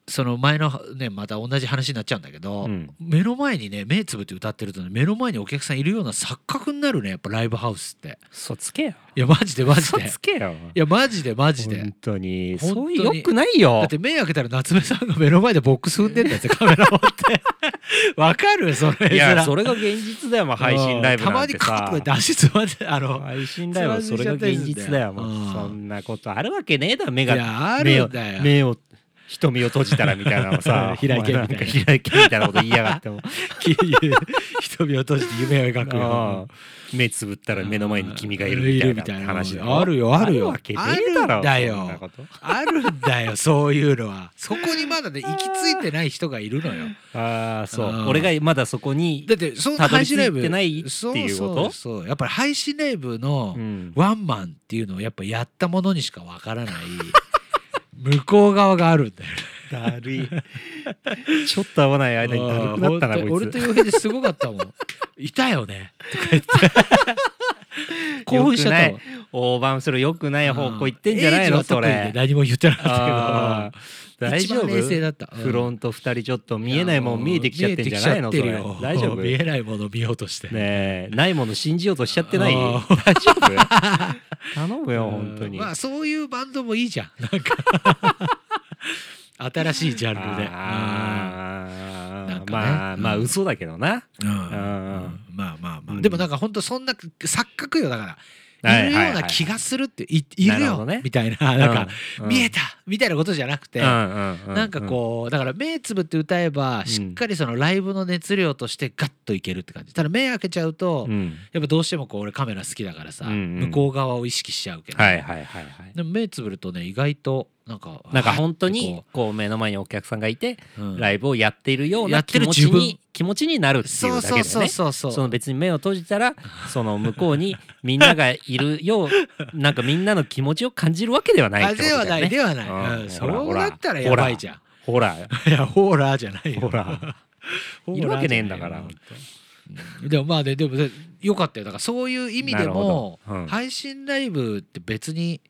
[SPEAKER 2] その前のねまた同じ話になっちゃうんだけど、
[SPEAKER 1] うん
[SPEAKER 2] 目の前にね目つぶって歌ってるとね目の前にお客さんいるような錯覚になるねやっぱライブハウスって
[SPEAKER 1] 嘘つけよ
[SPEAKER 2] いやマジでマジ
[SPEAKER 1] 嘘
[SPEAKER 2] でい
[SPEAKER 1] つけよ
[SPEAKER 2] やマジでマジで
[SPEAKER 1] 本当に
[SPEAKER 2] 本当
[SPEAKER 1] そう
[SPEAKER 2] に
[SPEAKER 1] いうよくないよ
[SPEAKER 2] だって目開けたら夏目さんが目の前でボックス踏んでんだよ
[SPEAKER 1] [laughs]
[SPEAKER 2] カメラ持ってわかるそれ
[SPEAKER 1] いや
[SPEAKER 2] そ
[SPEAKER 1] それが現実だよもう配信ライブ
[SPEAKER 2] た
[SPEAKER 1] な
[SPEAKER 2] ま
[SPEAKER 1] ん
[SPEAKER 2] に
[SPEAKER 1] て
[SPEAKER 2] カッ
[SPEAKER 1] さ
[SPEAKER 2] とか出しつまってあの
[SPEAKER 1] 配信ライブはそれが現実だよも
[SPEAKER 2] うん
[SPEAKER 1] うそんなことあるわけねえだろ目
[SPEAKER 2] い
[SPEAKER 1] が
[SPEAKER 2] やあ
[SPEAKER 1] 目
[SPEAKER 2] る
[SPEAKER 1] を
[SPEAKER 2] んだよ
[SPEAKER 1] 目を瞳を閉じたらみたいなのをさ
[SPEAKER 2] [laughs] 開けみたいな
[SPEAKER 1] お前んか開けみたいなこと言いやがっても
[SPEAKER 2] [laughs] 瞳を閉じて夢を描くよ
[SPEAKER 1] 目つぶったら目の前に君がいるみたいな話だろ
[SPEAKER 2] あるよあるよ
[SPEAKER 1] あるわけねえだろ
[SPEAKER 2] あるんだよ
[SPEAKER 1] そんなこと
[SPEAKER 2] あるんだよそういうのはそこにまだね行き着いてない人がいるのよ
[SPEAKER 1] ああそううん俺がまだそこに
[SPEAKER 2] だってその
[SPEAKER 1] たどり着
[SPEAKER 2] 配信ライ
[SPEAKER 1] い
[SPEAKER 2] ブ
[SPEAKER 1] てないっていう
[SPEAKER 2] そう
[SPEAKER 1] こ
[SPEAKER 2] そう
[SPEAKER 1] と
[SPEAKER 2] そうやっぱり配信ライブの、
[SPEAKER 1] うん
[SPEAKER 2] ワンマンっていうのをやっぱやったものにしかわからない [laughs] 向こう側があるんだよね。
[SPEAKER 1] だるい [laughs] ちょっと合わない間にだるくなったな
[SPEAKER 2] あ
[SPEAKER 1] こ
[SPEAKER 2] ー本当に
[SPEAKER 1] い
[SPEAKER 2] 俺と
[SPEAKER 1] つ
[SPEAKER 2] 洋平ですごかったもん。いた
[SPEAKER 1] [laughs]
[SPEAKER 2] よね。とか言って興奮しちゃったもん。
[SPEAKER 1] 大盤するよくない方向行ってんじゃない
[SPEAKER 2] うん
[SPEAKER 1] の
[SPEAKER 2] 英二は
[SPEAKER 1] そ
[SPEAKER 2] 特にね
[SPEAKER 1] れ
[SPEAKER 2] 何も言ってなか
[SPEAKER 1] あー
[SPEAKER 2] ったけど。
[SPEAKER 1] 大
[SPEAKER 2] 一
[SPEAKER 1] 丈
[SPEAKER 2] 番
[SPEAKER 1] 夫
[SPEAKER 2] 冷静だった。うん
[SPEAKER 1] フロント2人ちょっと見えないもん見えてきちゃってんじゃないの
[SPEAKER 2] 見
[SPEAKER 1] そ
[SPEAKER 2] え
[SPEAKER 1] れ
[SPEAKER 2] てきちゃってるよ
[SPEAKER 1] 大丈夫
[SPEAKER 2] 見
[SPEAKER 1] ね
[SPEAKER 2] えないもの見ようとして。
[SPEAKER 1] えないもの信じようとしちゃってない
[SPEAKER 2] あ
[SPEAKER 1] 大
[SPEAKER 2] ー
[SPEAKER 1] 丈夫 [laughs] 頼むよ
[SPEAKER 2] うん
[SPEAKER 1] 本当に
[SPEAKER 2] まあそういうバンドもいいじゃん。なんか
[SPEAKER 1] [laughs]
[SPEAKER 2] 新しいジャンルで。うんな
[SPEAKER 1] あ
[SPEAKER 2] ん
[SPEAKER 1] ー
[SPEAKER 2] かね
[SPEAKER 1] まあまあ
[SPEAKER 2] うん
[SPEAKER 1] 嘘だけどな
[SPEAKER 2] うんうん
[SPEAKER 1] ん
[SPEAKER 2] まあまあま
[SPEAKER 1] う
[SPEAKER 2] あ
[SPEAKER 1] ん
[SPEAKER 2] でもなんかほんとそんな錯覚よだか
[SPEAKER 1] は
[SPEAKER 2] ら
[SPEAKER 1] い
[SPEAKER 2] いる
[SPEAKER 1] はい
[SPEAKER 2] よう
[SPEAKER 1] は
[SPEAKER 2] ない気がするっていい
[SPEAKER 1] な
[SPEAKER 2] る
[SPEAKER 1] るほ
[SPEAKER 2] よ
[SPEAKER 1] どね
[SPEAKER 2] みたいななんか
[SPEAKER 1] うん
[SPEAKER 2] 見えたみたいなことじゃなくて
[SPEAKER 1] う
[SPEAKER 2] なん
[SPEAKER 1] うんうん
[SPEAKER 2] んかこうだから目つぶって歌えば
[SPEAKER 1] ん
[SPEAKER 2] しっかりそのライブの熱量としてガッといけるって感じただ目開けちゃうと
[SPEAKER 1] うん
[SPEAKER 2] やっぱどうしてもこう俺カメラ好きだからさ
[SPEAKER 1] うんうん
[SPEAKER 2] 向こう側を意識しちゃうけど
[SPEAKER 1] はいはいはいはい
[SPEAKER 2] でも目つぶるとね意外となんか
[SPEAKER 1] なんか
[SPEAKER 2] はっ
[SPEAKER 1] 本当にこう目の前にお客さんがいて
[SPEAKER 2] てこううん
[SPEAKER 1] ライブをやっているよう
[SPEAKER 2] や
[SPEAKER 1] な
[SPEAKER 2] って
[SPEAKER 1] 気
[SPEAKER 2] る
[SPEAKER 1] 持ち
[SPEAKER 2] 自分
[SPEAKER 1] に気持ちになるってい
[SPEAKER 2] そうう
[SPEAKER 1] だ
[SPEAKER 2] そ
[SPEAKER 1] け
[SPEAKER 2] う
[SPEAKER 1] で
[SPEAKER 2] そう
[SPEAKER 1] ね
[SPEAKER 2] そうそう
[SPEAKER 1] その別に目を閉じたらその向こう
[SPEAKER 2] [laughs]
[SPEAKER 1] にみんながいるようなんかみんなの気持ちを感じるわけではない
[SPEAKER 2] あ
[SPEAKER 1] ってこ
[SPEAKER 2] で
[SPEAKER 1] とだ
[SPEAKER 2] はな
[SPEAKER 1] よ
[SPEAKER 2] い
[SPEAKER 1] ね。
[SPEAKER 2] ではない
[SPEAKER 1] うん
[SPEAKER 2] うん
[SPEAKER 1] ほら
[SPEAKER 2] そう
[SPEAKER 1] ほ
[SPEAKER 2] な
[SPEAKER 1] ら
[SPEAKER 2] ったらやばいじゃん
[SPEAKER 1] ほら
[SPEAKER 2] いやホーラーじゃないよ
[SPEAKER 1] ほらいるわけねえんだから
[SPEAKER 2] ホーラーじゃないようんでもまあねでもねよかったよだからそういう意味
[SPEAKER 1] な
[SPEAKER 2] で
[SPEAKER 1] るほ
[SPEAKER 2] も、
[SPEAKER 1] どうん
[SPEAKER 2] 配信ライブって別に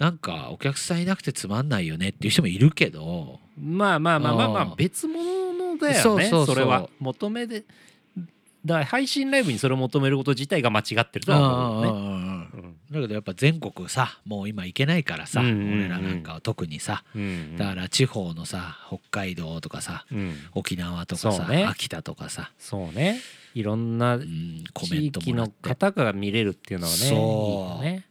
[SPEAKER 2] なんかお客さんいなくてつまんないよねっていう人もいるけど
[SPEAKER 1] まあまあまあまあま
[SPEAKER 2] う
[SPEAKER 1] あ
[SPEAKER 2] ん
[SPEAKER 1] 別物だよね
[SPEAKER 2] そ
[SPEAKER 1] そう
[SPEAKER 2] そうそう
[SPEAKER 1] れは求めでだから配信ライブにそれを求めること自体が間違ってるとは思うよね。
[SPEAKER 2] だけどやっぱ全国さもう今行けないからさ、
[SPEAKER 1] うんうんうん
[SPEAKER 2] 俺らなんかは特にさ
[SPEAKER 1] うんうん
[SPEAKER 2] だから地方のさ北海道とかさ
[SPEAKER 1] うん
[SPEAKER 2] 沖縄とか
[SPEAKER 1] そ
[SPEAKER 2] さ、
[SPEAKER 1] うね
[SPEAKER 2] 秋田とかさ、
[SPEAKER 1] そうねいろんな
[SPEAKER 2] うんコメ
[SPEAKER 1] 地
[SPEAKER 2] ント
[SPEAKER 1] 域
[SPEAKER 2] もらっ
[SPEAKER 1] の
[SPEAKER 2] て
[SPEAKER 1] 方が見れるっていうのはねいい
[SPEAKER 2] そ
[SPEAKER 1] よ
[SPEAKER 2] う
[SPEAKER 1] ね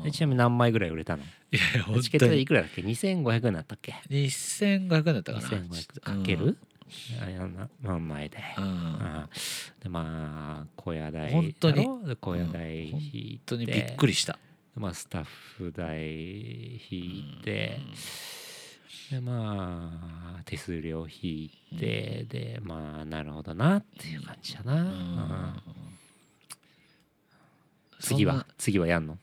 [SPEAKER 2] うん
[SPEAKER 1] えちなみに何枚ぐらい売れたの
[SPEAKER 2] いやいや本
[SPEAKER 1] チケッ
[SPEAKER 2] 当
[SPEAKER 1] トで
[SPEAKER 2] に
[SPEAKER 1] いくらだっけ2500円だったっけ
[SPEAKER 2] 2500円だったかな
[SPEAKER 1] 2500かける、あやんな何枚で、
[SPEAKER 2] うん、うん本
[SPEAKER 1] あでまあ小屋代
[SPEAKER 2] 本当に
[SPEAKER 1] だろ小屋代
[SPEAKER 2] うん
[SPEAKER 1] 引いて、
[SPEAKER 2] 当にびっくりした
[SPEAKER 1] まあ、スタッフ代引いて、でまあ手数料引いて、でまあなるほどなっていう感じだな、うん次
[SPEAKER 2] そん
[SPEAKER 1] は次はやんの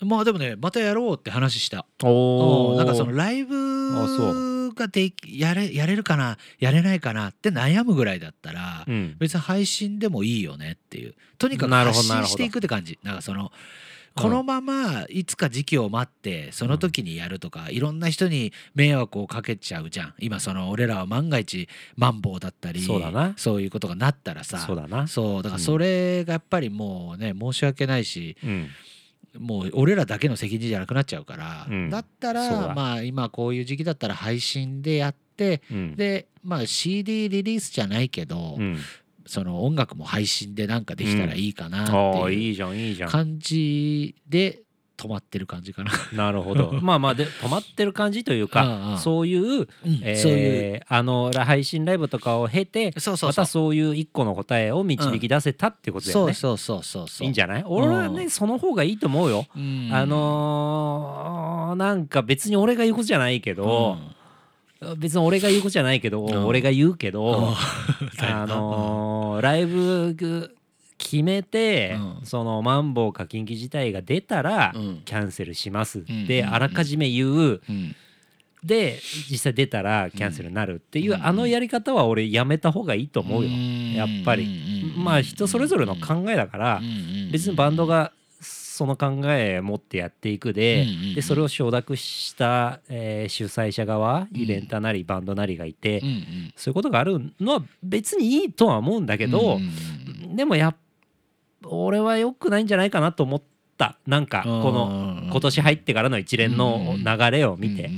[SPEAKER 2] なまあでもねまたやろうって話した
[SPEAKER 1] お
[SPEAKER 2] う
[SPEAKER 1] お
[SPEAKER 2] んなんかその
[SPEAKER 1] う
[SPEAKER 2] ライ
[SPEAKER 1] あそ
[SPEAKER 2] ブができやれやれるかなやれないかなって悩むぐらいだったら、
[SPEAKER 1] ん
[SPEAKER 2] 別に配信でもいいよねっていうとにかく
[SPEAKER 1] なるほ
[SPEAKER 2] 発
[SPEAKER 1] どなるほど
[SPEAKER 2] 信していくって感じなんかそ
[SPEAKER 1] う
[SPEAKER 2] の
[SPEAKER 1] ん
[SPEAKER 2] このままいつか時期を待ってその時にやるとか、いろんな人に迷惑をかけちゃうじゃん今その俺らは万が一マンボウだったり
[SPEAKER 1] そうだな
[SPEAKER 2] そういうことがなったらさ
[SPEAKER 1] そうだな
[SPEAKER 2] そうだから
[SPEAKER 1] うん
[SPEAKER 2] それがやっぱりもうね申し訳ないし
[SPEAKER 1] うん
[SPEAKER 2] もう俺らだけの責任じゃなくなっちゃうから、
[SPEAKER 1] うん
[SPEAKER 2] だっ
[SPEAKER 1] そ
[SPEAKER 2] た
[SPEAKER 1] う
[SPEAKER 2] ら
[SPEAKER 1] だ
[SPEAKER 2] まあ今こういう時期だったら配信でやって
[SPEAKER 1] うん
[SPEAKER 2] でまあ CD リリースじゃないけど、
[SPEAKER 1] うん
[SPEAKER 2] その音楽も配信でなんかできたらいいかな
[SPEAKER 1] あ
[SPEAKER 2] っ
[SPEAKER 1] あ
[SPEAKER 2] ていう
[SPEAKER 1] いいじゃんいいじゃん
[SPEAKER 2] 感じで止まってる感じ
[SPEAKER 1] [laughs]
[SPEAKER 2] かな。
[SPEAKER 1] なるほどまあまあで止まってる感じという
[SPEAKER 2] うんう
[SPEAKER 1] か
[SPEAKER 2] ん
[SPEAKER 1] そういう
[SPEAKER 2] うん
[SPEAKER 1] えー
[SPEAKER 2] そういう
[SPEAKER 1] あのら配信ライブとかを経て
[SPEAKER 2] そうそう
[SPEAKER 1] ま
[SPEAKER 2] そう
[SPEAKER 1] たそういう一個の答えを導き出せたってことだ
[SPEAKER 2] そ
[SPEAKER 1] よ
[SPEAKER 2] う
[SPEAKER 1] ね
[SPEAKER 2] そうそうそうそう
[SPEAKER 1] いいんじゃない俺は
[SPEAKER 2] う
[SPEAKER 1] ね
[SPEAKER 2] ん
[SPEAKER 1] その方がいいと思うよ
[SPEAKER 2] うん
[SPEAKER 1] あのーなんか別に俺が言うことじゃないけど別に俺が言うことじゃないけど
[SPEAKER 2] うん
[SPEAKER 1] 俺が言うけ
[SPEAKER 2] うん [laughs]
[SPEAKER 1] どあのーライブぐ決めて
[SPEAKER 2] うん
[SPEAKER 1] そのマンボウ課金機自体が出たら
[SPEAKER 2] うん
[SPEAKER 1] キャンセルしますっ
[SPEAKER 2] うんうんう
[SPEAKER 1] て
[SPEAKER 2] ん
[SPEAKER 1] あらかじめ言う
[SPEAKER 2] うん
[SPEAKER 1] で実際出たらキャンセルになるっていう、
[SPEAKER 2] うん
[SPEAKER 1] あのやり方は俺やめた方がいいと思うよ、やっぱりまあ人それぞれの考えだから、別にバンド
[SPEAKER 2] が
[SPEAKER 1] がその考え持ってやっていくで、でそれ
[SPEAKER 2] を
[SPEAKER 1] を承諾した、えー主催者側
[SPEAKER 2] うん
[SPEAKER 1] イベンターなりバンドなりがいて、そういうことがあるのは別にいいとは思うんだけど、でもやっ俺は良くないんじゃないかなと思ったなんかこの
[SPEAKER 2] の
[SPEAKER 1] 今年入ってからの一連の流れを見て、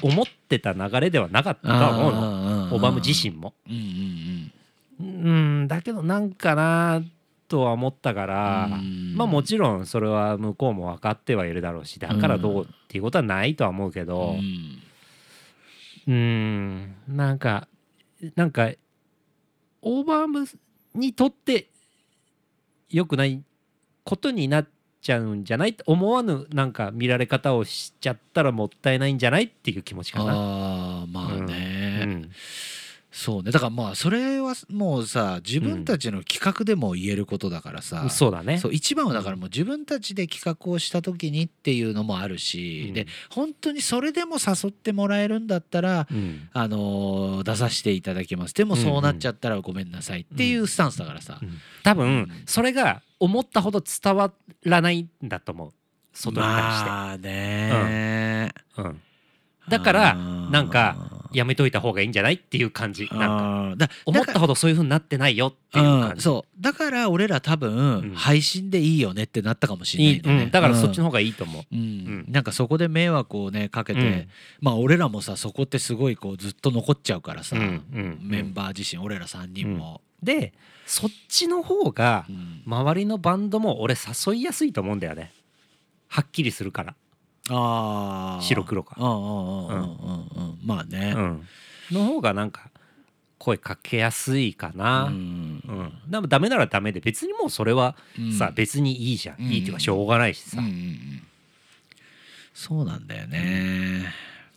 [SPEAKER 1] 思ってた流れではなかったとは思うのオバム自身も。うんだけどなんかなとは思ったから、まあもちろんそれは向こうも分かってはいるだろうしだからどうっていうことはないとは思うけどうんなんかなんかオーバームにとって良くないことになっちゃうんじゃないって思わぬなんか見られ方をしちゃったらもったいないんじゃないっていう気持ちかな。
[SPEAKER 2] ああまあね、
[SPEAKER 1] うん
[SPEAKER 2] そうねだからまあそれはもうさ自分たちの企画でも言えることだからさ、
[SPEAKER 1] そうだね。
[SPEAKER 2] そう一番はだからもう自分たちで企画をした時にっていうのもあるし、
[SPEAKER 1] うん
[SPEAKER 2] で本当にそれでも誘ってもらえるんだったら、
[SPEAKER 1] うん
[SPEAKER 2] あのー出させていただきますでもそうなっちゃったらごめんなさいっていうスタンスだからさ、
[SPEAKER 1] 多分それが思ったほど伝わらないんだと思う外に対して、
[SPEAKER 2] まあね、
[SPEAKER 1] うん、だから
[SPEAKER 2] あー
[SPEAKER 1] なんかやめといた方がいいんじゃないっていう感じなんか
[SPEAKER 2] あーだ
[SPEAKER 1] 思っ
[SPEAKER 2] だか
[SPEAKER 1] たほどそういう風になってないよっていう
[SPEAKER 2] うん
[SPEAKER 1] 感じ、
[SPEAKER 2] そうだから俺ら多分、
[SPEAKER 1] うん
[SPEAKER 2] 配信でいいよねってなったかもしれないい
[SPEAKER 1] い
[SPEAKER 2] んだよね、
[SPEAKER 1] うんだからそっち
[SPEAKER 2] うん
[SPEAKER 1] の方がいいと思う、
[SPEAKER 2] うん
[SPEAKER 1] うん
[SPEAKER 2] なんかそこで迷惑をねかけて、
[SPEAKER 1] うん
[SPEAKER 2] まあ俺らもさそこってすごいこうずっと残っちゃうからさ、
[SPEAKER 1] うんうん
[SPEAKER 2] メンバー自身俺ら3人も、
[SPEAKER 1] でそっちの方が
[SPEAKER 2] うん
[SPEAKER 1] 周りのバンドも俺誘いやすいと思うんだよねはっきりするから、
[SPEAKER 2] ああ
[SPEAKER 1] 白黒か
[SPEAKER 2] うんうんうんうんうんうんまあね
[SPEAKER 1] うん、の方がなんか声かけやすいか
[SPEAKER 2] う
[SPEAKER 1] な、
[SPEAKER 2] ん
[SPEAKER 1] うん、でもダメならダメで別にもうそれはさ、別にいいじゃん、
[SPEAKER 2] うん
[SPEAKER 1] いいっていうかしょうがないしさ、
[SPEAKER 2] うんうんうんそうなんだよね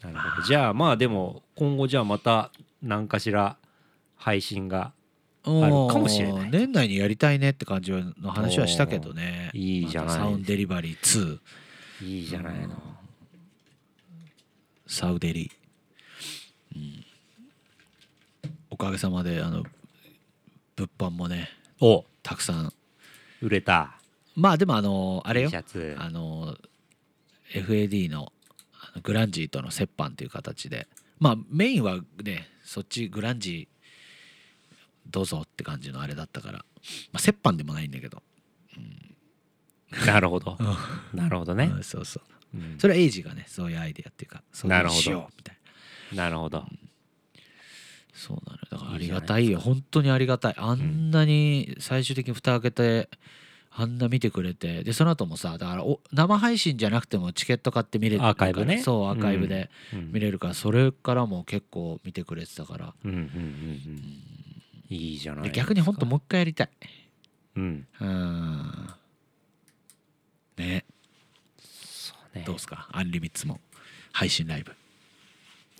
[SPEAKER 1] なるほどじゃあまあでも今後じゃあまた何かしら配信が
[SPEAKER 2] うん
[SPEAKER 1] あるかもしれない
[SPEAKER 2] 年内にやりたいねって感じの話はしたけどね
[SPEAKER 1] おーいいじゃない
[SPEAKER 2] またサウンデリバリー2
[SPEAKER 1] いいじゃないの
[SPEAKER 2] サウデリ、うんおかげさまであの物販もね
[SPEAKER 1] お
[SPEAKER 2] たくさん
[SPEAKER 1] 売れた
[SPEAKER 2] まあでもあのあれ
[SPEAKER 1] T
[SPEAKER 2] よ
[SPEAKER 1] シャツ
[SPEAKER 2] あの FAD のあのグランジーとの折半という形でまあメインはねそっちグランジーどうぞって感じのあれだったから、まあ、折半でもないんだけど、
[SPEAKER 1] なるほどなるほどね
[SPEAKER 2] う、んそうそ
[SPEAKER 1] う
[SPEAKER 2] う
[SPEAKER 1] ん
[SPEAKER 2] それはエイジがねそういうアイデアっていうかそういう
[SPEAKER 1] なる
[SPEAKER 2] の
[SPEAKER 1] ほど
[SPEAKER 2] しようみたいな
[SPEAKER 1] なるほど
[SPEAKER 2] そうなのよだから
[SPEAKER 1] い
[SPEAKER 2] あ
[SPEAKER 1] い
[SPEAKER 2] り
[SPEAKER 1] じゃ
[SPEAKER 2] が
[SPEAKER 1] ない
[SPEAKER 2] たいよ本当にありがたいあんなに最終的に蓋開けてあんな見てくれてでその後もさだからお生配信じゃなくてもチケット買って見れるから
[SPEAKER 1] アーカイブね
[SPEAKER 2] そうアーカイブで、
[SPEAKER 1] うん
[SPEAKER 2] 見れるからそれからも結構見てくれてたから
[SPEAKER 1] うんうんうんうんいいじゃない
[SPEAKER 2] で逆にほんともう一回やりたい
[SPEAKER 1] うん
[SPEAKER 2] うんね
[SPEAKER 1] そうね
[SPEAKER 2] どうっすかアンリミッツも配信ライブ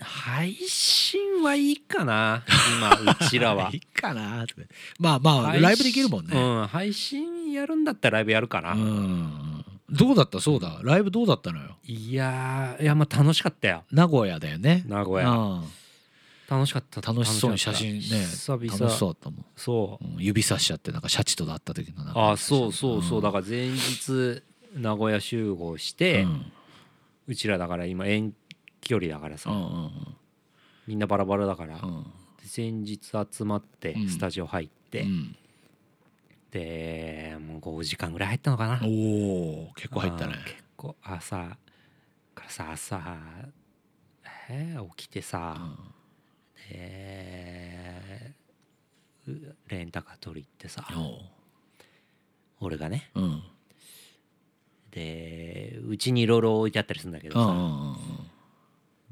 [SPEAKER 1] 配信はいいかな
[SPEAKER 2] [laughs]
[SPEAKER 1] 今うちらは
[SPEAKER 2] いいかなってまあまあライブできるもんね
[SPEAKER 1] うん配信やるんだったらライブやるかな、
[SPEAKER 2] うんどうだったそうだライブどうだったのよ
[SPEAKER 1] いやーいやまあ楽しかったよ
[SPEAKER 2] 名古屋だよね
[SPEAKER 1] 名古屋楽しかった
[SPEAKER 2] うん楽しそうに写真ね
[SPEAKER 1] 久々
[SPEAKER 2] 楽しそうだったもん
[SPEAKER 1] そう
[SPEAKER 2] うん指さしちゃってなんかシャチとだった時のなんか
[SPEAKER 1] あそうそうそうだ
[SPEAKER 2] か
[SPEAKER 1] から前日名古屋集合して、うちらだから今遠距離だからさ、
[SPEAKER 2] うんうん
[SPEAKER 1] みんなバラバラだから、
[SPEAKER 2] うんうん
[SPEAKER 1] 前日集まって
[SPEAKER 2] うん
[SPEAKER 1] スタジオ入って、
[SPEAKER 2] うん
[SPEAKER 1] でもう5時間ぐらい入ったのかな
[SPEAKER 2] おお結構入ったね
[SPEAKER 1] あー結構朝からさ朝、えー起きてさ、でうレンタカー取り行ってさ、
[SPEAKER 2] うんおー
[SPEAKER 1] 俺がね
[SPEAKER 2] うんうん
[SPEAKER 1] でうちにいろいろ置いてあったりするんだけど
[SPEAKER 2] う
[SPEAKER 1] さ、
[SPEAKER 2] ん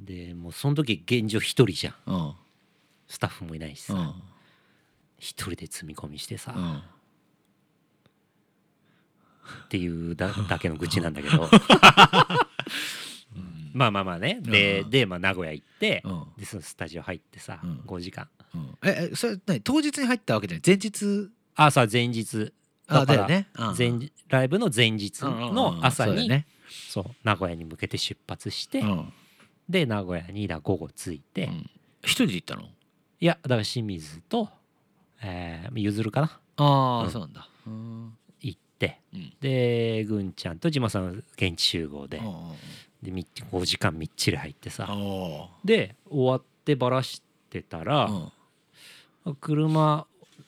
[SPEAKER 1] でもうその時現状一人じゃん
[SPEAKER 2] うんうん
[SPEAKER 1] スタッフもいないし
[SPEAKER 2] う
[SPEAKER 1] さ一、人で積み込みしてさ、っ
[SPEAKER 2] ん
[SPEAKER 1] ていうだだけの愚痴なんだけど [laughs] まあまあまあねで
[SPEAKER 2] うん
[SPEAKER 1] で、まあ、名古屋行って、
[SPEAKER 2] うん
[SPEAKER 1] でそのスタジオ入ってさ、
[SPEAKER 2] うん
[SPEAKER 1] 5時間
[SPEAKER 2] うんええそれ何当日に入ったわけじゃない前日
[SPEAKER 1] 朝前日だか
[SPEAKER 2] あだ
[SPEAKER 1] ら
[SPEAKER 2] よねうん
[SPEAKER 1] 前日ライブの前日
[SPEAKER 2] うんうんうん
[SPEAKER 1] の朝
[SPEAKER 2] そうだ
[SPEAKER 1] に
[SPEAKER 2] ね
[SPEAKER 1] そう名古屋に向けて出発して、
[SPEAKER 2] うん
[SPEAKER 1] で名古屋にだ午後着いて、
[SPEAKER 2] うん一人で行ったの
[SPEAKER 1] いやだから清水と、えー、ゆずるかな
[SPEAKER 2] ああ、
[SPEAKER 1] うん
[SPEAKER 2] そうなんだうん
[SPEAKER 1] 行って
[SPEAKER 2] うん
[SPEAKER 1] でぐんちゃんと島さん現地集合で,、
[SPEAKER 2] あ
[SPEAKER 1] でみっち5時間みっちり入って
[SPEAKER 2] あ
[SPEAKER 1] さ
[SPEAKER 2] あ
[SPEAKER 1] で終わってばらしてたら、
[SPEAKER 2] あうん
[SPEAKER 1] 車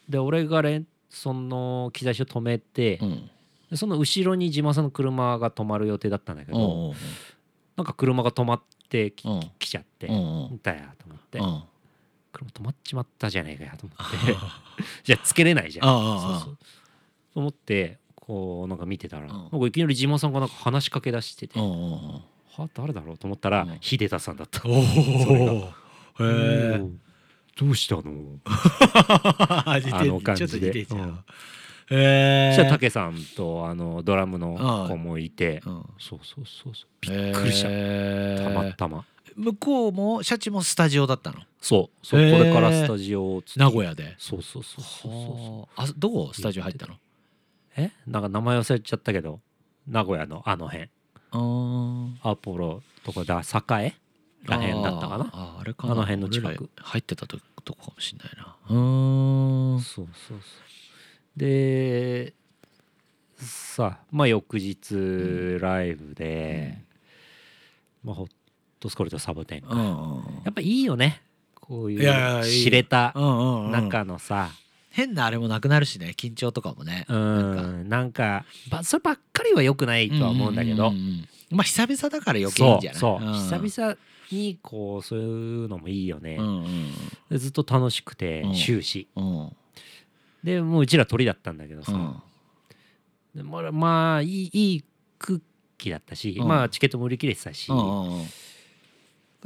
[SPEAKER 1] で俺がレンその機材車止めて、
[SPEAKER 2] うん
[SPEAKER 1] でその後ろに島さんの車が止まる予定だったんだけど、
[SPEAKER 2] うん
[SPEAKER 1] なんか車が止まってき,、
[SPEAKER 2] うん
[SPEAKER 1] 来ちゃって、
[SPEAKER 2] うん
[SPEAKER 1] だよと思って、 [laughs]
[SPEAKER 2] うんあ
[SPEAKER 1] 車止まっちまったじゃねえかよと思っ
[SPEAKER 2] ー
[SPEAKER 1] て [laughs] じゃあつけれないじゃんそう
[SPEAKER 2] あ
[SPEAKER 1] そ
[SPEAKER 2] ー
[SPEAKER 1] うと思ってこうなんか見てたら、
[SPEAKER 2] ん
[SPEAKER 1] なんかいきなり島さんがなんか話しかけ出してて、
[SPEAKER 2] うんうんうん
[SPEAKER 1] は誰だろうと思ったら、
[SPEAKER 2] うん
[SPEAKER 1] 秀田さんだ
[SPEAKER 2] [laughs]
[SPEAKER 1] った
[SPEAKER 2] おお
[SPEAKER 1] お
[SPEAKER 2] へ
[SPEAKER 1] [laughs]
[SPEAKER 2] え
[SPEAKER 1] ーどうしたの
[SPEAKER 2] 似てる
[SPEAKER 1] あの感じで
[SPEAKER 2] ちょっと似てるじゃ
[SPEAKER 1] うん
[SPEAKER 2] んへえ
[SPEAKER 1] そしたら武さんとあのドラムの子もいて、
[SPEAKER 2] うん
[SPEAKER 1] そうそうそうそうびっくりした、
[SPEAKER 2] へー
[SPEAKER 1] たまたま
[SPEAKER 2] 向こうもシャチもスタジオだったの
[SPEAKER 1] そうそう、
[SPEAKER 2] へー
[SPEAKER 1] これからスタジオをつ
[SPEAKER 2] 名古屋で
[SPEAKER 1] そうそうそうそうそうそう
[SPEAKER 2] はああどこスタジオ入ったの
[SPEAKER 1] えなんか名前忘れちゃったけど名古屋のあの辺
[SPEAKER 2] あ
[SPEAKER 1] アポロとかだ栄ら
[SPEAKER 2] ー
[SPEAKER 1] へんだったかな
[SPEAKER 2] あーあれかな
[SPEAKER 1] あの辺の近く
[SPEAKER 2] 俺ら入ってたとことこかもしれないなうーん
[SPEAKER 1] そうそうそうでさあまあ翌日ライブで、まあ、ホットスコールとサボテン
[SPEAKER 2] うん
[SPEAKER 1] やっぱいいよねこう
[SPEAKER 2] いや
[SPEAKER 1] い
[SPEAKER 2] い
[SPEAKER 1] う
[SPEAKER 2] やいい
[SPEAKER 1] 知れた
[SPEAKER 2] うんうん
[SPEAKER 1] 中のさ
[SPEAKER 2] 変なあれもなくなるしね緊張とかもね
[SPEAKER 1] うんなんかばそればっかりは良くないとは思うんだけど、
[SPEAKER 2] ううんまあ久々だから余計いい
[SPEAKER 1] そ
[SPEAKER 2] んじゃ
[SPEAKER 1] う
[SPEAKER 2] ない
[SPEAKER 1] そう、
[SPEAKER 2] ん
[SPEAKER 1] 久々にこうそういうのもいいよね、
[SPEAKER 2] うん
[SPEAKER 1] でずっと楽しくて
[SPEAKER 2] うん
[SPEAKER 1] 終始、
[SPEAKER 2] うんうん
[SPEAKER 1] でもううちら鳥だったんだけど
[SPEAKER 2] う
[SPEAKER 1] さ、
[SPEAKER 2] ん
[SPEAKER 1] でまあまあいいいい空気だったし、
[SPEAKER 2] うん
[SPEAKER 1] まあチケットも売り切れてたし、
[SPEAKER 2] うんうん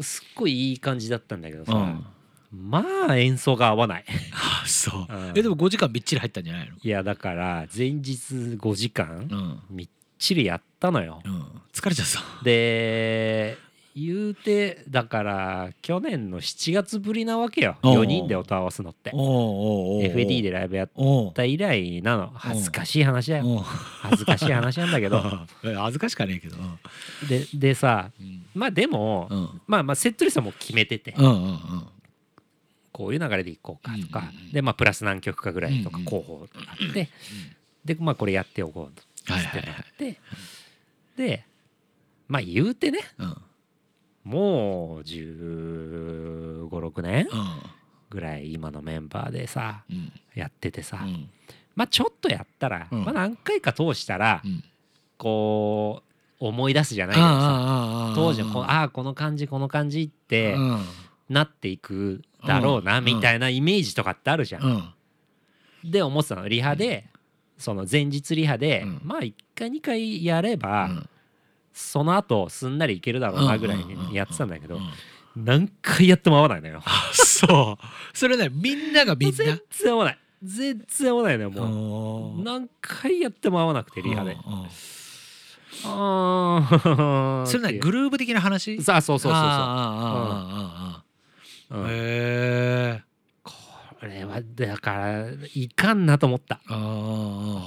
[SPEAKER 1] すっごいいい感じだったんだけどさ、
[SPEAKER 2] うん
[SPEAKER 1] まあ演奏が合わない [laughs]
[SPEAKER 2] あそう
[SPEAKER 1] うん
[SPEAKER 2] えでも5時間びっちり入ったんじゃないの
[SPEAKER 1] いやだから前日5時間
[SPEAKER 2] うん
[SPEAKER 1] みっちりやったのよ、
[SPEAKER 2] うん疲れちゃった
[SPEAKER 1] で言うてだから去年の7月ぶりなわけよ
[SPEAKER 2] おうお
[SPEAKER 1] 4
[SPEAKER 2] う
[SPEAKER 1] 人で音合わすのって
[SPEAKER 2] おうおうおうおう
[SPEAKER 1] FAD でライブやっ
[SPEAKER 2] おう
[SPEAKER 1] た以来なの恥ずかしい話だよ
[SPEAKER 2] おう
[SPEAKER 1] 恥ずかしい話なんだけど
[SPEAKER 2] [laughs] え恥ずかしかねえけどうん
[SPEAKER 1] ででさ
[SPEAKER 2] うん
[SPEAKER 1] まあでも、
[SPEAKER 2] うん
[SPEAKER 1] まあまあセットリストはもう決めてて、
[SPEAKER 2] うんうんうん
[SPEAKER 1] こういう流れでいこうかとか、
[SPEAKER 2] うんうんうん
[SPEAKER 1] でまあプラス何曲かぐらいとか
[SPEAKER 2] うんうん
[SPEAKER 1] 候補あって、でまあこれやっておこうと
[SPEAKER 2] は
[SPEAKER 1] っ
[SPEAKER 2] い
[SPEAKER 1] て
[SPEAKER 2] はい
[SPEAKER 1] な
[SPEAKER 2] は
[SPEAKER 1] っ
[SPEAKER 2] い
[SPEAKER 1] てでまあ言うてね
[SPEAKER 2] うん
[SPEAKER 1] もう1 5 6年
[SPEAKER 2] うん
[SPEAKER 1] ぐらい今のメンバーでさ
[SPEAKER 2] うん
[SPEAKER 1] やっててさ、
[SPEAKER 2] うん
[SPEAKER 1] まあちょっとやったら、
[SPEAKER 2] うん
[SPEAKER 1] まあ何回か通したら、
[SPEAKER 2] うん
[SPEAKER 1] こう思い出すじゃない
[SPEAKER 2] あ
[SPEAKER 1] けど
[SPEAKER 2] あ
[SPEAKER 1] さ
[SPEAKER 2] ああああ
[SPEAKER 1] 当時のこうああこの感じこの感じって
[SPEAKER 2] うん
[SPEAKER 1] なっていくだろうな
[SPEAKER 2] うん
[SPEAKER 1] みたいなイメージとかってあるじゃ。
[SPEAKER 2] うんん
[SPEAKER 1] で思ってたのリハでその前日リハで
[SPEAKER 2] うん
[SPEAKER 1] まあ1回2回やれば
[SPEAKER 2] うん
[SPEAKER 1] その後すんなりいけるだろうなぐらい
[SPEAKER 2] うんうんうんうん
[SPEAKER 1] にやってたんだけど
[SPEAKER 2] うん
[SPEAKER 1] 何回やっても合わないのよ。
[SPEAKER 2] あそうそれねみんながみんな
[SPEAKER 1] 全然合わない全然合わないのよもう。
[SPEAKER 2] おー
[SPEAKER 1] 何回やっても合わなくてリハで。
[SPEAKER 2] うんうん
[SPEAKER 1] あー
[SPEAKER 2] [laughs] それねグループ的な話
[SPEAKER 1] さあそうそうそうそう
[SPEAKER 2] ああああああああ
[SPEAKER 1] うん。
[SPEAKER 2] あへえ
[SPEAKER 1] これはだからいかんなと思った
[SPEAKER 2] ああ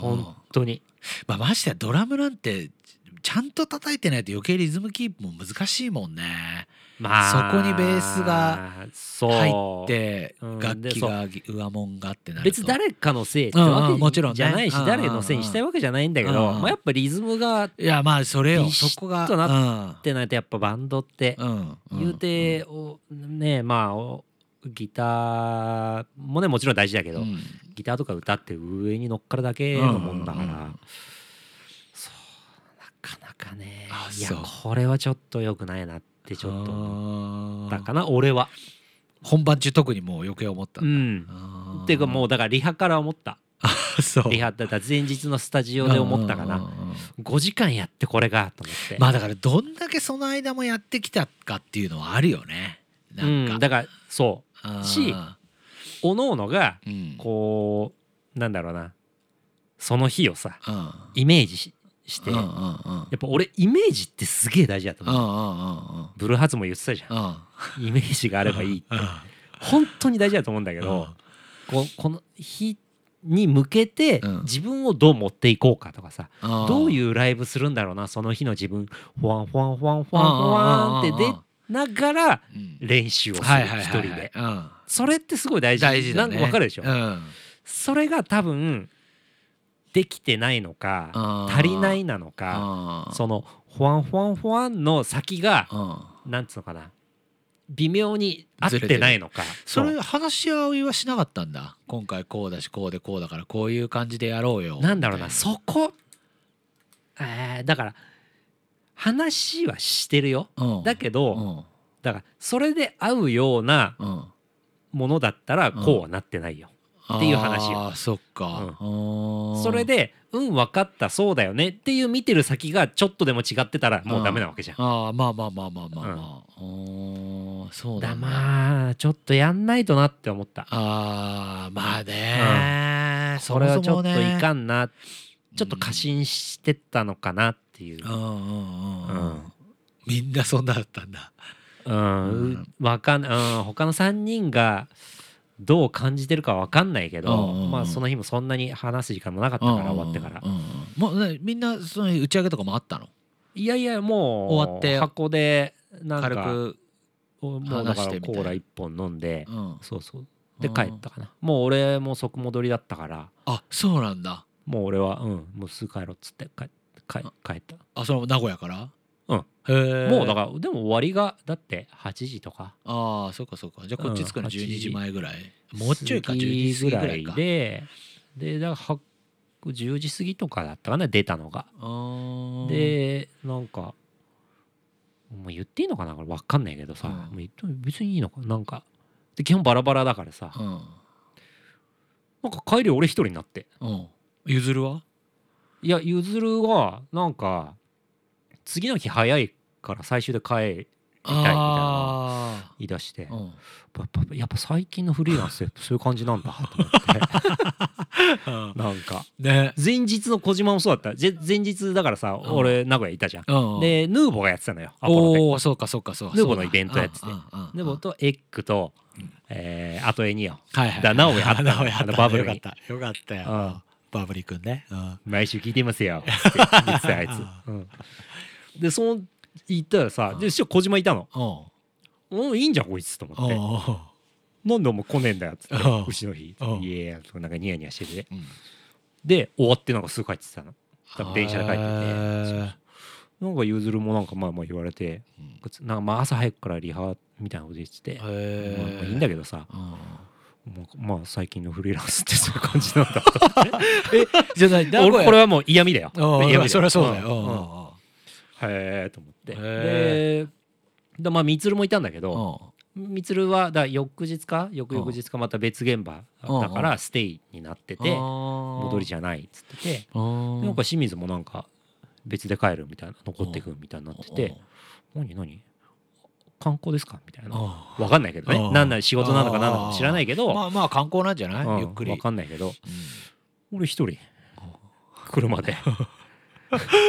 [SPEAKER 1] 本当に。
[SPEAKER 2] まあましてやドラムなんてちゃんと叩いてないと余計リズムキープも難しいもんね
[SPEAKER 1] まあ
[SPEAKER 2] そこにベースが入
[SPEAKER 1] 入
[SPEAKER 2] って
[SPEAKER 1] うん
[SPEAKER 2] 楽器が上門がってなると
[SPEAKER 1] 別に誰かのせいって
[SPEAKER 2] うん
[SPEAKER 1] わ
[SPEAKER 2] うんもち
[SPEAKER 1] け
[SPEAKER 2] ろんね
[SPEAKER 1] じゃないし
[SPEAKER 2] うんうん
[SPEAKER 1] 誰のせいにしたいわけじゃないんだけど
[SPEAKER 2] うんうん
[SPEAKER 1] まあやっぱリズムが合っ
[SPEAKER 2] いやまあそれよ
[SPEAKER 1] ビシッ
[SPEAKER 2] そこが
[SPEAKER 1] とてないとやっぱバンドって
[SPEAKER 2] うんうん
[SPEAKER 1] 言うておねまあおギターもねもちろん大事だけ
[SPEAKER 2] う
[SPEAKER 1] ど
[SPEAKER 2] ん
[SPEAKER 1] ギターとか歌って上に乗っかるだけのもんだか
[SPEAKER 2] うんうんうん
[SPEAKER 1] らそうなかなかね
[SPEAKER 2] あ
[SPEAKER 1] いや
[SPEAKER 2] そう
[SPEAKER 1] これはちょっと良くないなってちょっと思っ
[SPEAKER 2] あ
[SPEAKER 1] た
[SPEAKER 2] ー
[SPEAKER 1] かな俺は。
[SPEAKER 2] 本番中特にもう余計思った
[SPEAKER 1] うん
[SPEAKER 2] だ
[SPEAKER 1] ん
[SPEAKER 2] あー
[SPEAKER 1] っていうかもうだからリハから思った
[SPEAKER 2] そう
[SPEAKER 1] リハだったら前日のスタジオで思ったか
[SPEAKER 2] うん
[SPEAKER 1] な
[SPEAKER 2] うんうんうん
[SPEAKER 1] 5時間やってこれがと思って
[SPEAKER 2] まあだからどんだけその間もやってきたかっていうのはあるよねなんか、
[SPEAKER 1] うん、だからそ
[SPEAKER 2] あー
[SPEAKER 1] しう各々が
[SPEAKER 2] うん
[SPEAKER 1] こうなんだろうなその日をさ
[SPEAKER 2] うん
[SPEAKER 1] イメージしして、
[SPEAKER 2] うんうん
[SPEAKER 1] や
[SPEAKER 2] うん
[SPEAKER 1] っぱ俺イメージってすげえ大事だと
[SPEAKER 2] うんう
[SPEAKER 1] 思
[SPEAKER 2] ん
[SPEAKER 1] う、
[SPEAKER 2] うん
[SPEAKER 1] ブルーハーツも言ってたじゃ
[SPEAKER 2] うんうん
[SPEAKER 1] んイメージがあればいいって
[SPEAKER 2] うん
[SPEAKER 1] 本当に大事だと思うんだけど、こうこの日に向けて
[SPEAKER 2] うん
[SPEAKER 1] 自分をどう持っていこうかとかさ、
[SPEAKER 2] うん
[SPEAKER 1] どういうライブするんだろうなその日の自分フワンフワンフワンフ
[SPEAKER 2] うん
[SPEAKER 1] ワンフワンって
[SPEAKER 2] うんうんうんうん
[SPEAKER 1] 出ながら
[SPEAKER 2] うん
[SPEAKER 1] 練習をす
[SPEAKER 2] は
[SPEAKER 1] る
[SPEAKER 2] いはい
[SPEAKER 1] 一
[SPEAKER 2] は
[SPEAKER 1] 人
[SPEAKER 2] いはい
[SPEAKER 1] で
[SPEAKER 2] うん
[SPEAKER 1] それってすごい大事
[SPEAKER 2] 大事だ
[SPEAKER 1] なん
[SPEAKER 2] ね
[SPEAKER 1] か分かるでしょ、
[SPEAKER 2] うん
[SPEAKER 1] それが多分できてないのか
[SPEAKER 2] あー
[SPEAKER 1] 足りないなのか
[SPEAKER 2] あー
[SPEAKER 1] そのホワンホワンホワンの先が
[SPEAKER 2] うん
[SPEAKER 1] なんつうのかな微妙に合ってないのか
[SPEAKER 2] そ
[SPEAKER 1] そ
[SPEAKER 2] れ話し合いはしなかったんだ今回こうだしこうでこうだからこういう感じでやろうよ
[SPEAKER 1] うなんだろうな
[SPEAKER 2] みたい
[SPEAKER 1] そこえーだから話はしてるよ
[SPEAKER 2] なうん
[SPEAKER 1] だけど、
[SPEAKER 2] うん
[SPEAKER 1] だからそれで合うような
[SPEAKER 2] うん
[SPEAKER 1] ものだったらこうはなってないよ、っていう話よ
[SPEAKER 2] あーそっか、うん
[SPEAKER 1] それでうん分かったそうだよねっていう見てる先がちょっとでも違ってたらもうダメなわけじゃん、
[SPEAKER 2] ああまあまあまあまあまあまあ、うん、そう
[SPEAKER 1] だ
[SPEAKER 2] だあ
[SPEAKER 1] まあちょっとやんないとなって思った
[SPEAKER 2] あーまあね、そ
[SPEAKER 1] これはちょ
[SPEAKER 2] もそも
[SPEAKER 1] っと
[SPEAKER 2] ね
[SPEAKER 1] いかんなちょっと過信してったのかなっていう
[SPEAKER 2] うんうんうん、う
[SPEAKER 1] うんん、
[SPEAKER 2] みんなそんなだったんだ
[SPEAKER 1] うん、
[SPEAKER 2] うん
[SPEAKER 1] わかんうん他の3人がどう感じてるかわかんないけど、
[SPEAKER 2] うんうんうん
[SPEAKER 1] まあその日もそんなに話す時間もなかったから終わってから、
[SPEAKER 2] うんうんうんもうねみんなその打ち上げとかもあったの
[SPEAKER 1] いやいやもう
[SPEAKER 2] 終わって
[SPEAKER 1] 箱でなんか
[SPEAKER 2] 軽く、
[SPEAKER 1] もうだ
[SPEAKER 2] 話
[SPEAKER 1] か
[SPEAKER 2] し
[SPEAKER 1] ら
[SPEAKER 2] てみた
[SPEAKER 1] コ
[SPEAKER 2] いな
[SPEAKER 1] ーラ1本飲んで
[SPEAKER 2] うん、
[SPEAKER 1] そうそうで
[SPEAKER 2] うん
[SPEAKER 1] 帰ったかなもう俺も即戻りだったから
[SPEAKER 2] あそうなんだ
[SPEAKER 1] もう俺はうんもうすぐ帰ろうっつって帰帰帰った
[SPEAKER 2] あそれも名古屋から
[SPEAKER 1] うん
[SPEAKER 2] へえ
[SPEAKER 1] もうだ
[SPEAKER 2] ら
[SPEAKER 1] からでも終わりがだって8時とか
[SPEAKER 2] ああそっかそっかじゃあこっち着くの
[SPEAKER 1] うん
[SPEAKER 2] 12時前ぐらい、もうちょいか
[SPEAKER 1] 過
[SPEAKER 2] 12
[SPEAKER 1] ぎ
[SPEAKER 2] 時過ぎ
[SPEAKER 1] ぐ
[SPEAKER 2] ぐ
[SPEAKER 1] ら
[SPEAKER 2] らい
[SPEAKER 1] い
[SPEAKER 2] か
[SPEAKER 1] ででだからは10時過ぎとかだったかな出たのが
[SPEAKER 2] あー
[SPEAKER 1] でなんかもう言っていいのかなこれ分かんないけどさ、
[SPEAKER 2] うん
[SPEAKER 1] もう言っても別にいいのかなんかで基本バラバラだからさ、
[SPEAKER 2] うん、
[SPEAKER 1] なんか帰り俺一人になって
[SPEAKER 2] うん、譲るはい
[SPEAKER 1] やゆずるはなんか次の日早いから最終で帰
[SPEAKER 2] み
[SPEAKER 1] たいみたいな
[SPEAKER 2] あ
[SPEAKER 1] り出して、[laughs]
[SPEAKER 2] ーうん
[SPEAKER 1] やっぱやっぱ最近のフリーランス
[SPEAKER 2] [laughs]
[SPEAKER 1] ってそういう感じなんだと思ってなんか
[SPEAKER 2] ね
[SPEAKER 1] 前日の小島もそうだったぜ前日だからさ
[SPEAKER 2] うん
[SPEAKER 1] 俺名古屋いたじゃん
[SPEAKER 2] うん
[SPEAKER 1] でヌーボーがやってたのよアポロで
[SPEAKER 2] おおーそうかそうかそうか
[SPEAKER 1] ヌーボーのイベントやってて
[SPEAKER 2] うんうんうん
[SPEAKER 1] ヌーボーとエッグと、えーあとエニオ
[SPEAKER 2] はいはい
[SPEAKER 1] だ直哉あった
[SPEAKER 2] 直哉あ
[SPEAKER 1] あのバブルに
[SPEAKER 2] よかったよかったよ
[SPEAKER 1] うん
[SPEAKER 2] バブリ君ねうん
[SPEAKER 1] 毎週聞いてますよつって言ってたあいつ、
[SPEAKER 2] [laughs]
[SPEAKER 1] うんでその行ったらさで師匠小島いたの
[SPEAKER 2] お
[SPEAKER 1] 「うんいいんじゃんこいつ」と思
[SPEAKER 2] う
[SPEAKER 1] って
[SPEAKER 2] おう
[SPEAKER 1] 「なんでお前来ねえんだよ」っつって
[SPEAKER 2] うん
[SPEAKER 1] うちの日
[SPEAKER 2] うん
[SPEAKER 1] 「いやいや」とかなんかニヤニヤしてて
[SPEAKER 2] うん
[SPEAKER 1] で終わってなんかすぐ帰ってたの多分電車で帰って
[SPEAKER 2] へー
[SPEAKER 1] てなんかゆずるもなんかまあまあ言われて
[SPEAKER 2] うん
[SPEAKER 1] なんかまあ朝早くからリハみたいなこと言ってて、まあまあいいんだけどさ
[SPEAKER 2] うん [laughs]
[SPEAKER 1] もうまあ最近のフリーランスってそういう感じ
[SPEAKER 2] [laughs]
[SPEAKER 1] なんだと
[SPEAKER 2] じゃあ何名古
[SPEAKER 1] 俺
[SPEAKER 2] 屋
[SPEAKER 1] これはもう嫌味だよ
[SPEAKER 2] うん
[SPEAKER 1] 嫌味
[SPEAKER 2] そりゃそうだよ
[SPEAKER 1] んうんへえと思ってでだまあみつるもいたんだけ
[SPEAKER 2] うん
[SPEAKER 1] どみつるはだ翌日か翌々日かまた別現場だからステイになってて戻
[SPEAKER 2] 戻
[SPEAKER 1] りじゃないっつってて
[SPEAKER 2] ゃん
[SPEAKER 1] なんか清水もなんか別で帰るみたいな残ってくみたいになってて何何観光ですかみたいな
[SPEAKER 2] ま
[SPEAKER 1] わかんないけど
[SPEAKER 2] う
[SPEAKER 1] ね
[SPEAKER 2] ん
[SPEAKER 1] なんなん仕事なのかなんだか知らないけど
[SPEAKER 2] あまあ観光なんじゃないゆっく
[SPEAKER 1] わ
[SPEAKER 2] り
[SPEAKER 1] かんないけど
[SPEAKER 2] うん
[SPEAKER 1] 俺一人車で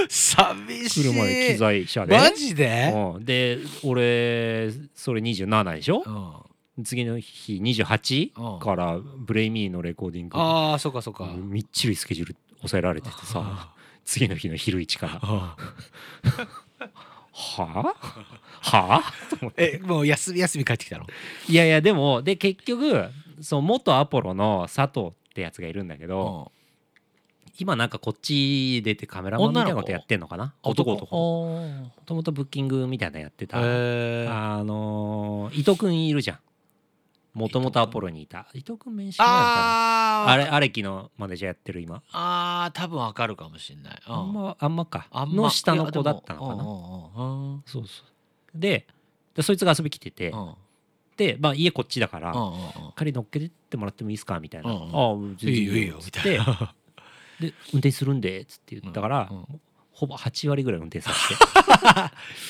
[SPEAKER 2] 寂しい
[SPEAKER 1] 車で機材車で
[SPEAKER 2] マジで
[SPEAKER 1] うんで俺それ27でしょ
[SPEAKER 2] うん
[SPEAKER 1] 次の日28からブレイミーのレコーディング
[SPEAKER 2] ああそうかそうか
[SPEAKER 1] みっちりスケジュール抑えられててさ次の日の昼一からは
[SPEAKER 2] あ [laughs]
[SPEAKER 1] あはあと思って
[SPEAKER 2] えもう休み休み帰ってきたの
[SPEAKER 1] いやいやでもで結局その元アポロの佐藤ってやつがいるんだけど今なんかこっち出てカメラマンみたいなことやってんのかな男男も
[SPEAKER 2] 男
[SPEAKER 1] ともとブッキングみたいなのやってた
[SPEAKER 2] へー
[SPEAKER 1] あのー伊藤君いるじゃん。もともとアポロにいた。伊藤君面識ないのか
[SPEAKER 2] あ
[SPEAKER 1] な
[SPEAKER 2] ー
[SPEAKER 1] あれ、アレキのマネージャーやってる今。
[SPEAKER 2] あー多分わかるかもしれないうん
[SPEAKER 1] あんま、あんまか。
[SPEAKER 2] あんま
[SPEAKER 1] の下の子だったのか
[SPEAKER 2] いやで
[SPEAKER 1] な。
[SPEAKER 2] もうんうんうん
[SPEAKER 1] そうそう。で、でそいつが遊び来てて
[SPEAKER 2] う、ん
[SPEAKER 1] で、まあ家こっちだから、
[SPEAKER 2] うんうんうん
[SPEAKER 1] 彼乗っけてってもらってもいいですかみたいな。
[SPEAKER 2] う
[SPEAKER 1] あ
[SPEAKER 2] んうん
[SPEAKER 1] あ、全然
[SPEAKER 2] いいよいいよ
[SPEAKER 1] つ
[SPEAKER 2] み
[SPEAKER 1] ったて
[SPEAKER 2] いな
[SPEAKER 1] で、運転するんで、つって言ったから、
[SPEAKER 2] うんうん
[SPEAKER 1] ほぼ8割ぐらい運転させて。
[SPEAKER 2] [laughs]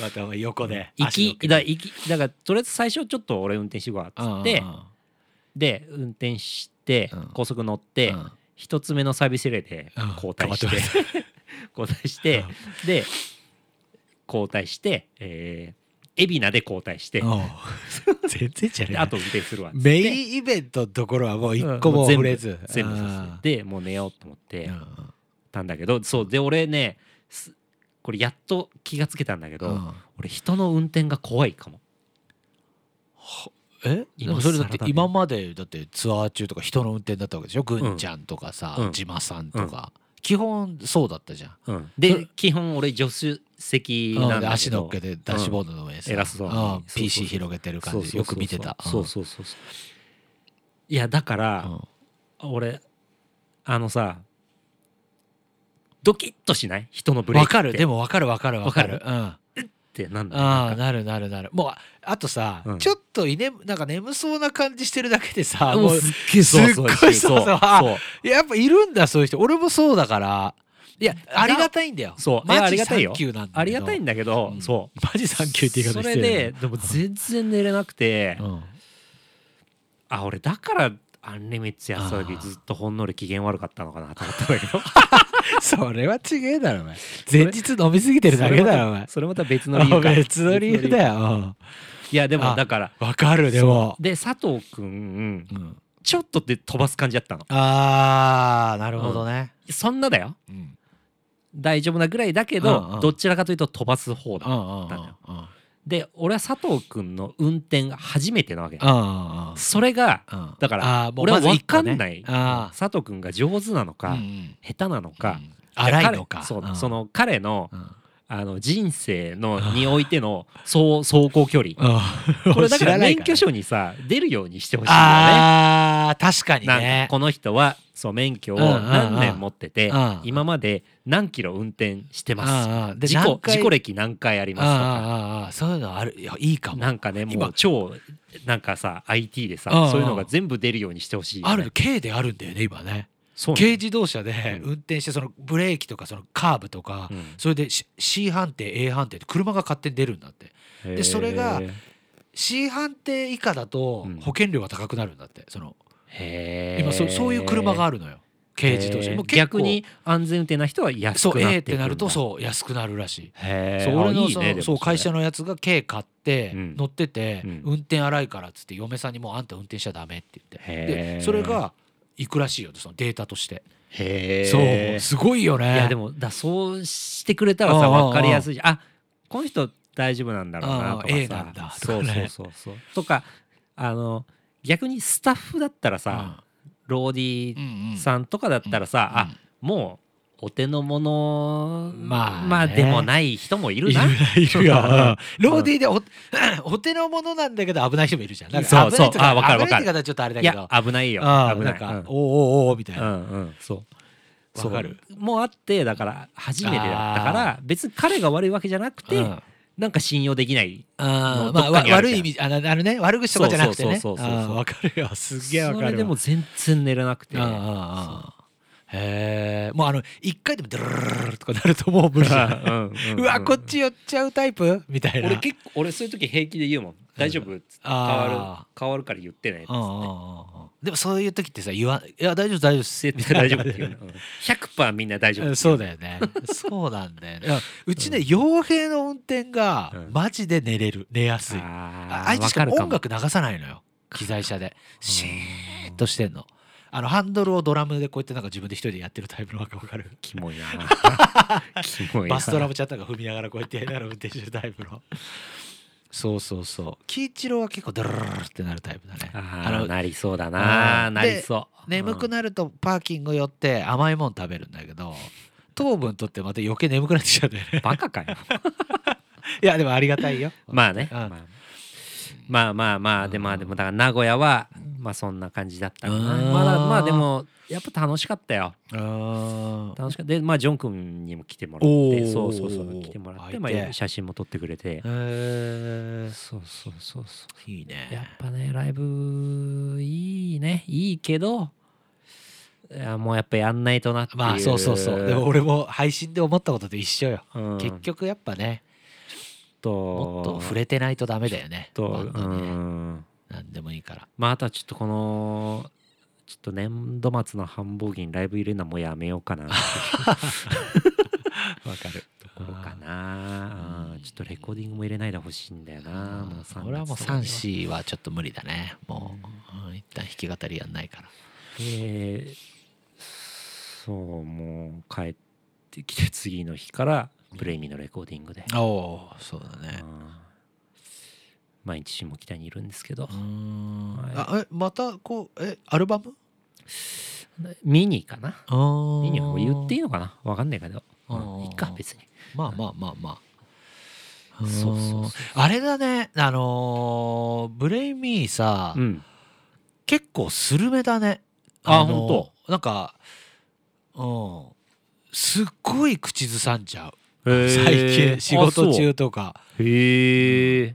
[SPEAKER 2] また横で足乗
[SPEAKER 1] 行き、
[SPEAKER 2] っけて
[SPEAKER 1] だ、行き、だから、とりあえず最初ちょっと俺運転してくわ、つ
[SPEAKER 2] うんうんうん
[SPEAKER 1] って、で、運転して
[SPEAKER 2] うん、
[SPEAKER 1] 高速乗って、
[SPEAKER 2] うん
[SPEAKER 1] 一つ目のサービスエリアで
[SPEAKER 2] うん
[SPEAKER 1] 交代し
[SPEAKER 2] 頑張って
[SPEAKER 1] [laughs] 交代してで交代してえー海老名で交代して
[SPEAKER 2] うん全然じゃね
[SPEAKER 1] で
[SPEAKER 2] え
[SPEAKER 1] あと運転するわっつって
[SPEAKER 2] メインイベントのところはもう一個
[SPEAKER 1] うん
[SPEAKER 2] も
[SPEAKER 1] う全
[SPEAKER 2] 触
[SPEAKER 1] 部
[SPEAKER 2] れず
[SPEAKER 1] 全部そう
[SPEAKER 2] あ
[SPEAKER 1] そうでもう寝ようと思っ
[SPEAKER 2] ー
[SPEAKER 1] て
[SPEAKER 2] うんうん
[SPEAKER 1] たんだけどそうで俺ねすこれやっと気がつけたんだけど
[SPEAKER 2] うん
[SPEAKER 1] 俺人の運転が怖いかも
[SPEAKER 2] えでも
[SPEAKER 1] 今
[SPEAKER 2] それだって
[SPEAKER 1] 更だね
[SPEAKER 2] 今までだってツアー中とか人の運転だったわけでしょぐんちゃんとか
[SPEAKER 1] う
[SPEAKER 2] さ
[SPEAKER 1] ん
[SPEAKER 2] じま、さんとか、基本そうだったじゃん
[SPEAKER 1] うん、
[SPEAKER 2] そ
[SPEAKER 1] で
[SPEAKER 2] れ
[SPEAKER 1] 基本俺助手席
[SPEAKER 2] う
[SPEAKER 1] な
[SPEAKER 2] ん
[SPEAKER 1] んだけど
[SPEAKER 2] 足乗っけてダッシュボードの上にさ、
[SPEAKER 1] うん偉そうに
[SPEAKER 2] ん
[SPEAKER 1] そうそう
[SPEAKER 2] PC 広げてる感じよく見てた
[SPEAKER 1] そうそうそうそういやだから、俺あのさドキッとしない人の
[SPEAKER 2] う
[SPEAKER 1] ブ
[SPEAKER 2] ん
[SPEAKER 1] レー
[SPEAKER 2] わ
[SPEAKER 1] キって
[SPEAKER 2] かるでもわかるわかるわかる
[SPEAKER 1] わ
[SPEAKER 2] うん
[SPEAKER 1] ってなんだ
[SPEAKER 2] あ
[SPEAKER 1] なん
[SPEAKER 2] あ
[SPEAKER 1] か
[SPEAKER 2] なるなるなるもうああとさ、
[SPEAKER 1] うん
[SPEAKER 2] ちょっと居ねなんか眠そうな感じしてるだけでさ
[SPEAKER 1] も
[SPEAKER 2] も
[SPEAKER 1] う
[SPEAKER 2] う
[SPEAKER 1] すっげえそうそう
[SPEAKER 2] すっごい
[SPEAKER 1] そう
[SPEAKER 2] そうそうあ
[SPEAKER 1] そう
[SPEAKER 2] やっぱいるんだそういう人俺もそうだからいや
[SPEAKER 1] だ
[SPEAKER 2] ありがたいんだよ
[SPEAKER 1] そういや
[SPEAKER 2] マ
[SPEAKER 1] あり
[SPEAKER 2] ジ
[SPEAKER 1] が
[SPEAKER 2] サ
[SPEAKER 1] たいよ
[SPEAKER 2] ンキューなんだけど
[SPEAKER 1] ありがたいんだけど、
[SPEAKER 2] うん
[SPEAKER 1] そ
[SPEAKER 2] マジサ
[SPEAKER 1] う
[SPEAKER 2] ンキューって言い方して
[SPEAKER 1] そ
[SPEAKER 2] る
[SPEAKER 1] れででも全然寝れなくて、
[SPEAKER 2] うん
[SPEAKER 1] あ俺だからアンリミッツやそぎ
[SPEAKER 2] あー
[SPEAKER 1] ずっとほんのり機嫌悪かったのかなと思ったんだけど
[SPEAKER 2] それは違えだろお前前日飲みすぎてるだけだろお前
[SPEAKER 1] それまた [laughs] 別の理由か
[SPEAKER 2] 別の理由だよ
[SPEAKER 1] いやでも
[SPEAKER 2] あ
[SPEAKER 1] だから
[SPEAKER 2] うんわかるでも、
[SPEAKER 1] で佐藤くん
[SPEAKER 2] うん、
[SPEAKER 1] ちょっとで飛ばす感じだったの
[SPEAKER 2] あーなるほどね、
[SPEAKER 1] そんなだよ
[SPEAKER 2] うんうん、
[SPEAKER 1] 大丈夫なぐらいだけど、
[SPEAKER 2] うんうん
[SPEAKER 1] どちらかというと飛ばす方
[SPEAKER 2] うんう
[SPEAKER 1] だ
[SPEAKER 2] んうんうんうん
[SPEAKER 1] で俺は佐藤くんの運転が初めてなわけ
[SPEAKER 2] うん
[SPEAKER 1] それが
[SPEAKER 2] うん
[SPEAKER 1] だから
[SPEAKER 2] あーもう
[SPEAKER 1] 俺は
[SPEAKER 2] まず
[SPEAKER 1] 分
[SPEAKER 2] 一
[SPEAKER 1] か
[SPEAKER 2] 個
[SPEAKER 1] ん
[SPEAKER 2] ね
[SPEAKER 1] ない、
[SPEAKER 2] あ
[SPEAKER 1] 佐藤くんが上手なの
[SPEAKER 2] ー
[SPEAKER 1] か、
[SPEAKER 2] うんうん
[SPEAKER 1] 下手なのか
[SPEAKER 2] う、ん荒いのか
[SPEAKER 1] 彼そう、
[SPEAKER 2] ん
[SPEAKER 1] その彼の
[SPEAKER 2] [laughs] うん
[SPEAKER 1] あの人生のにおいての走走行
[SPEAKER 2] [laughs]
[SPEAKER 1] 距離
[SPEAKER 2] うん
[SPEAKER 1] これだから
[SPEAKER 2] 知ない
[SPEAKER 1] 免許証にさ出るようにしてほしいよね。
[SPEAKER 2] あー確かに
[SPEAKER 1] なん
[SPEAKER 2] ね
[SPEAKER 1] かこの人はそう免許を
[SPEAKER 2] うんうんうん
[SPEAKER 1] 何年持ってて
[SPEAKER 2] うん
[SPEAKER 1] 今まで何キロ運転してます
[SPEAKER 2] うんうんで
[SPEAKER 1] 事故
[SPEAKER 2] 何回
[SPEAKER 1] 事故歴何回あり
[SPEAKER 2] あー
[SPEAKER 1] ま
[SPEAKER 2] あーあーそういうのあるいやいい
[SPEAKER 1] す
[SPEAKER 2] か
[SPEAKER 1] とか
[SPEAKER 2] も
[SPEAKER 1] なんかねもう
[SPEAKER 2] 今
[SPEAKER 1] 超なんかさ IT でさ
[SPEAKER 2] うんうん
[SPEAKER 1] そういうのが全部出るようにしてほしいよね
[SPEAKER 2] あるの軽であるんだよね今ね
[SPEAKER 1] そうなの
[SPEAKER 2] 軽自動車で
[SPEAKER 1] うん
[SPEAKER 2] 運転してそのブレーキとかそのカーブとか、
[SPEAKER 1] うん
[SPEAKER 2] それで C- C 判定 A 判定って車が勝手に出るんだって
[SPEAKER 1] へー
[SPEAKER 2] それが C 判定以下だと
[SPEAKER 1] うん
[SPEAKER 2] 保険料が高くなるんだってその
[SPEAKER 1] へー
[SPEAKER 2] 今そそういう車があるのよ軽自動車
[SPEAKER 1] へー
[SPEAKER 2] もう結構
[SPEAKER 1] 逆に安全運転な人は安
[SPEAKER 2] そ
[SPEAKER 1] く
[SPEAKER 2] う
[SPEAKER 1] な
[SPEAKER 2] A
[SPEAKER 1] っ
[SPEAKER 2] っ
[SPEAKER 1] い
[SPEAKER 2] てて
[SPEAKER 1] くんだ
[SPEAKER 2] なるとそう安くなるらしい。
[SPEAKER 1] へー
[SPEAKER 2] そう俺
[SPEAKER 1] あ
[SPEAKER 2] の
[SPEAKER 1] いい
[SPEAKER 2] そ
[SPEAKER 1] ねで
[SPEAKER 2] の
[SPEAKER 1] も
[SPEAKER 2] そう会社
[SPEAKER 1] の
[SPEAKER 2] のやつが K 買って
[SPEAKER 1] うん
[SPEAKER 2] 乗ってて
[SPEAKER 1] うん
[SPEAKER 2] 運転荒いからっつって嫁さんにもうあんた運転しちゃダメって言って
[SPEAKER 1] へ
[SPEAKER 2] で
[SPEAKER 1] ー
[SPEAKER 2] それがいくらしいよそのデータとして
[SPEAKER 1] へー
[SPEAKER 2] そうすごいよね
[SPEAKER 1] いやでもだそうしてくれたらさ
[SPEAKER 2] うんうんうん
[SPEAKER 1] 分かりやすいしあこの人大丈夫なんだろうなとかさ、
[SPEAKER 2] うんうん A なんだとか
[SPEAKER 1] そうそう
[SPEAKER 2] ね
[SPEAKER 1] そうそうとかあの逆にスタッフだったらさ、ローディ
[SPEAKER 2] うん
[SPEAKER 1] ーさんとかだったらさ、
[SPEAKER 2] うんうん
[SPEAKER 1] あもうお手の物
[SPEAKER 2] まあね
[SPEAKER 1] でもない人もいる
[SPEAKER 2] い
[SPEAKER 1] な
[SPEAKER 2] るいるよ、
[SPEAKER 1] うん
[SPEAKER 2] ローディーでおお手の物なんだけど危ない人もいるじゃんなんか
[SPEAKER 1] そう
[SPEAKER 2] 危ないと
[SPEAKER 1] そうあわかるわかる
[SPEAKER 2] 危ないって方はちょっとあれだ
[SPEAKER 1] い
[SPEAKER 2] けど
[SPEAKER 1] や危ないよ
[SPEAKER 2] うん
[SPEAKER 1] 危ない
[SPEAKER 2] なんか、
[SPEAKER 1] うん
[SPEAKER 2] おうおうおうみたいな、
[SPEAKER 1] うんうんそう
[SPEAKER 2] わかる
[SPEAKER 1] そうもうあってだから初めてだったから別に彼が悪いわけじゃなくて、
[SPEAKER 2] うん
[SPEAKER 1] なんか信用できない
[SPEAKER 2] あ
[SPEAKER 1] ど
[SPEAKER 2] ーま
[SPEAKER 1] っ
[SPEAKER 2] あ、
[SPEAKER 1] か
[SPEAKER 2] わ
[SPEAKER 1] にある
[SPEAKER 2] 悪
[SPEAKER 1] じゃん
[SPEAKER 2] い意味あのあのね悪口とかじゃなくてね
[SPEAKER 1] そうそうそうそうそう
[SPEAKER 2] あーわかるよすっげえわかるわ
[SPEAKER 1] それでも全然寝れなくて
[SPEAKER 2] あーあーあーへえもうあの一回でもドゥルルルルルとかなると [laughs] もう無理じゃんうわこっち寄っちゃうタイプみたいな
[SPEAKER 1] 俺結構俺そういう時平気で言うもん大丈夫っつって変わ
[SPEAKER 2] あ
[SPEAKER 1] る変わるから言ってねっつって
[SPEAKER 2] うんうんうんうんでもそういう時ってさ言わいや大丈夫大丈夫
[SPEAKER 1] 絶対大丈夫っていうのうん100%みんな大丈夫
[SPEAKER 2] うんそうだよ [laughs] ねそうなんだよねいやうちね傭兵の運転が
[SPEAKER 1] うん
[SPEAKER 2] マジで寝れる寝やすい
[SPEAKER 1] あー
[SPEAKER 2] ああいつしかも
[SPEAKER 1] わ
[SPEAKER 2] 音
[SPEAKER 1] る
[SPEAKER 2] 楽流さないのよ機材車でシーンとしてんのあのハンドルをドラムでこうやってなんか自分で一人でやってるタイプのわかわか [laughs] る
[SPEAKER 1] キモいなキモいな
[SPEAKER 2] バスドラムちゃんとか踏みながらこうやってやりながら運転してるタイプのそうそうそう喜一郎は結構ドゥルルルルってなるタイプだね
[SPEAKER 1] あ
[SPEAKER 2] あ
[SPEAKER 1] ー
[SPEAKER 2] の
[SPEAKER 1] なりそうだ
[SPEAKER 2] う
[SPEAKER 1] なんなりそう
[SPEAKER 2] 眠く
[SPEAKER 1] な
[SPEAKER 2] なるとパーキング寄って甘いもん食べるんだけど糖分取ってまた余計眠くなってきちゃうんだよね
[SPEAKER 1] バカ
[SPEAKER 2] [laughs]
[SPEAKER 1] かよ
[SPEAKER 2] いやでもありがたい [laughs] よ
[SPEAKER 1] まあね
[SPEAKER 2] うん
[SPEAKER 1] まあまあまあまあでまあでもだから名古屋はまあそんな感じだったかな
[SPEAKER 2] うん
[SPEAKER 1] まだまあでもやっぱ楽しかったよ
[SPEAKER 2] あ
[SPEAKER 1] 楽しかったでまあジョン君にも来てもら
[SPEAKER 2] お
[SPEAKER 1] って
[SPEAKER 2] ー
[SPEAKER 1] そうそうそう来てもらって、ま
[SPEAKER 2] 相手
[SPEAKER 1] あ、写真も撮ってくれて
[SPEAKER 2] え
[SPEAKER 1] そうそうそうそ
[SPEAKER 2] いいう
[SPEAKER 1] やっ
[SPEAKER 2] ね
[SPEAKER 1] ぱねライブいいねいいけどいやもうやっぱやんないとなっていう
[SPEAKER 2] まあそうそうそうでも俺も配信で思ったことと一緒よ、
[SPEAKER 1] うん
[SPEAKER 2] 結局やっぱね
[SPEAKER 1] と
[SPEAKER 2] もっと触れてないとダメだよね
[SPEAKER 1] と、
[SPEAKER 2] バン
[SPEAKER 1] う
[SPEAKER 2] ドね
[SPEAKER 1] ん
[SPEAKER 2] 何でもいいから
[SPEAKER 1] まああとはちょっとこのちょっと年度末の繁忙期にライブ入れるのはもうやめようかなって
[SPEAKER 2] [laughs] わかる
[SPEAKER 1] ところかなうんちょっとレコーディングも入れないでほしいんだよなもう3
[SPEAKER 2] 俺はもう
[SPEAKER 1] 月とかに
[SPEAKER 2] 34はちょっと無理だねもう、うん一旦弾き語りやんないから
[SPEAKER 1] でそうもう帰ってきて次の日からブレイミーのレコーディングで、
[SPEAKER 2] おおそうだね
[SPEAKER 1] うん毎日下北にいるんですけど
[SPEAKER 2] う、ん
[SPEAKER 1] はい
[SPEAKER 2] あえまたこうえアルバム
[SPEAKER 1] ミニかな
[SPEAKER 2] あ
[SPEAKER 1] ミニはこれ言っていい
[SPEAKER 2] よ
[SPEAKER 1] のかなわかんないけど、う
[SPEAKER 2] あー
[SPEAKER 1] ん、いっか別に
[SPEAKER 2] まあまあまあま
[SPEAKER 1] そ
[SPEAKER 2] あ
[SPEAKER 1] うそうそう
[SPEAKER 2] うんあれだねあのーブレイミーさ、
[SPEAKER 1] うん
[SPEAKER 2] 結構スルメだね
[SPEAKER 1] あ
[SPEAKER 2] のー
[SPEAKER 1] ほ
[SPEAKER 2] なんかうんすっごい口ずさんじゃう最
[SPEAKER 1] へ
[SPEAKER 2] 近
[SPEAKER 1] ー
[SPEAKER 2] 仕事
[SPEAKER 1] あそう
[SPEAKER 2] 中とか
[SPEAKER 1] へえ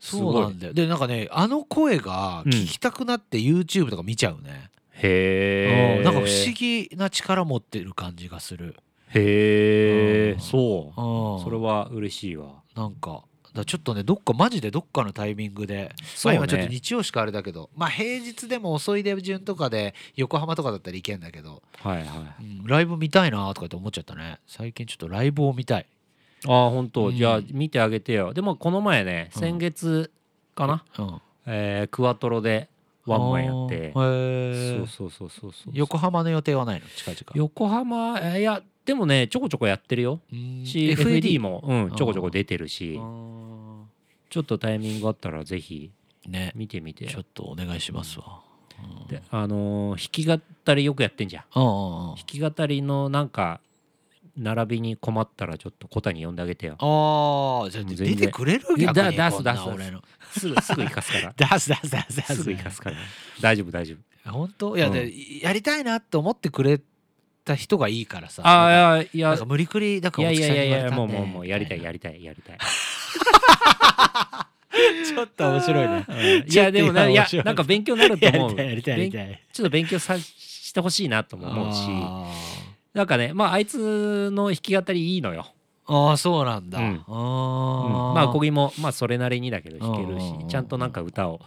[SPEAKER 1] す
[SPEAKER 2] そう
[SPEAKER 1] ごい
[SPEAKER 2] なんだよでなんかねあの声が聞きたくなって YouTube とか見ちゃうね、
[SPEAKER 1] へ
[SPEAKER 2] う
[SPEAKER 1] え
[SPEAKER 2] んなんか不思議な力持ってる感じがする、
[SPEAKER 1] へ
[SPEAKER 2] う
[SPEAKER 1] え
[SPEAKER 2] ん
[SPEAKER 1] そう
[SPEAKER 2] うん、
[SPEAKER 1] それは嬉しいわ
[SPEAKER 2] なんかだからちょっとねどっかマジでどっかのタイミングで、
[SPEAKER 1] そ
[SPEAKER 2] ま
[SPEAKER 1] う
[SPEAKER 2] あ、
[SPEAKER 1] ね
[SPEAKER 2] 今ちょっと日曜しかあれだけどまあ平日でも遅い出順とかで横浜とかだったらいけんだけど、
[SPEAKER 1] はいはい
[SPEAKER 2] うんライブ見たいなとかって思っちゃったね最近ちょっとライブを見たい
[SPEAKER 1] ああ本当、
[SPEAKER 2] うん
[SPEAKER 1] じゃあ見てあげてよでもこの前ね
[SPEAKER 2] うん
[SPEAKER 1] 先月かな、
[SPEAKER 2] うん
[SPEAKER 1] えークワトロでワンマンやって
[SPEAKER 2] あーへー
[SPEAKER 1] そうそうそうそうそう
[SPEAKER 2] 横浜の予定はないの近々
[SPEAKER 1] 横浜えーいやでもねちょこちょこやってるよ、
[SPEAKER 2] うん
[SPEAKER 1] し FAD も、うん、ちょこちょこ出てる
[SPEAKER 2] あ
[SPEAKER 1] し
[SPEAKER 2] ー
[SPEAKER 1] ちょっとタイミングあったらぜひ
[SPEAKER 2] ね
[SPEAKER 1] 見てみて
[SPEAKER 2] ちょっとお願いしますわうん
[SPEAKER 1] であのー弾き語りよくやってんじゃん
[SPEAKER 2] うんうんうん
[SPEAKER 1] 弾き語りのなんか並びに困ったらちょっと小谷呼んであげてよ
[SPEAKER 2] ああじゃあ
[SPEAKER 1] 全
[SPEAKER 2] 出
[SPEAKER 1] 然
[SPEAKER 2] てくれる
[SPEAKER 1] いや
[SPEAKER 2] 逆に
[SPEAKER 1] だ出す
[SPEAKER 2] こんな
[SPEAKER 1] 出す
[SPEAKER 2] 俺の
[SPEAKER 1] す [laughs] ぐすぐ行かすか
[SPEAKER 2] 出す出す出す出
[SPEAKER 1] ら
[SPEAKER 2] す
[SPEAKER 1] すぐ行かすから大丈夫大丈夫
[SPEAKER 2] 本当いや、
[SPEAKER 1] うん
[SPEAKER 2] でやりたいなって思ってくれた人がいいからさなんか
[SPEAKER 1] ああいやい
[SPEAKER 2] な
[SPEAKER 1] や
[SPEAKER 2] んか無理くりだか
[SPEAKER 1] い
[SPEAKER 2] ら
[SPEAKER 1] やいやいやいや
[SPEAKER 2] 大木さ
[SPEAKER 1] も
[SPEAKER 2] ん
[SPEAKER 1] う
[SPEAKER 2] に言
[SPEAKER 1] もうも
[SPEAKER 2] われ
[SPEAKER 1] うやりたい
[SPEAKER 2] み
[SPEAKER 1] やりたいやりたい。
[SPEAKER 2] たいなちょっと面白いね
[SPEAKER 1] うんいやでも
[SPEAKER 2] ちょっと
[SPEAKER 1] な
[SPEAKER 2] 今
[SPEAKER 1] いや
[SPEAKER 2] 面白い
[SPEAKER 1] なんか勉強になると
[SPEAKER 2] やり
[SPEAKER 1] 思う。 [laughs]
[SPEAKER 2] たいやりたいやりた
[SPEAKER 1] 勉
[SPEAKER 2] い
[SPEAKER 1] ちょっと勉強さしてほしいなとも思うし、
[SPEAKER 2] あ
[SPEAKER 1] なんかねまああいつの弾き語りいいのよ。
[SPEAKER 2] ーあーそうなんだ、
[SPEAKER 1] うん
[SPEAKER 2] あ
[SPEAKER 1] うん
[SPEAKER 2] あ
[SPEAKER 1] まあ小木もまあそれなりにだけど弾ける
[SPEAKER 2] うんうんう
[SPEAKER 1] し、
[SPEAKER 2] ん
[SPEAKER 1] ちゃんとなんか歌を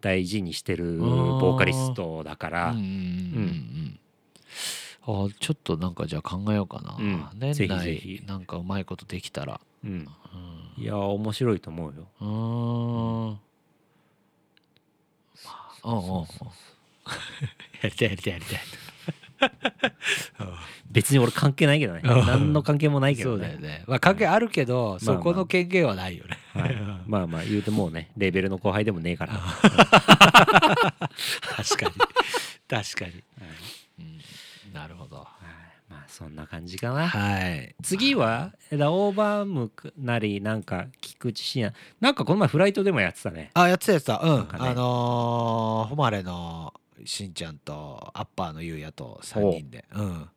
[SPEAKER 1] 大事にしてるボーカリストだか
[SPEAKER 2] う
[SPEAKER 1] ら
[SPEAKER 2] んうん。うんうんあーちょっとなんかじゃあ考えようかな、
[SPEAKER 1] うん
[SPEAKER 2] 年内
[SPEAKER 1] ぜひぜひ
[SPEAKER 2] なんかうまいことできたら
[SPEAKER 1] うん
[SPEAKER 2] うん
[SPEAKER 1] いや面白いと思うよ。
[SPEAKER 2] うーんうんうんうんやりたいやりたいやりたい
[SPEAKER 1] 別に俺関係ないけどね。
[SPEAKER 2] うん
[SPEAKER 1] 何の関係もないけ
[SPEAKER 2] そ
[SPEAKER 1] ど
[SPEAKER 2] うだよ
[SPEAKER 1] ね。
[SPEAKER 2] ねまあ関係あるけど、
[SPEAKER 1] まあ
[SPEAKER 2] そこの権限はないよね、
[SPEAKER 1] はいまあまあ言うてもうねレベルの後輩でもねえ
[SPEAKER 2] [laughs]
[SPEAKER 1] から。
[SPEAKER 2] 確かに確かに、うんなるほど
[SPEAKER 1] はいまあそんな感じかな。
[SPEAKER 2] はい
[SPEAKER 1] 次はえだオーバームクなりなんか菊池真也なんかこの前フライトでもやってたね。
[SPEAKER 2] あやってたやってたうん
[SPEAKER 1] なんかね
[SPEAKER 2] あのー、誉れのしんちゃんとアッパーのゆうやと3人でうん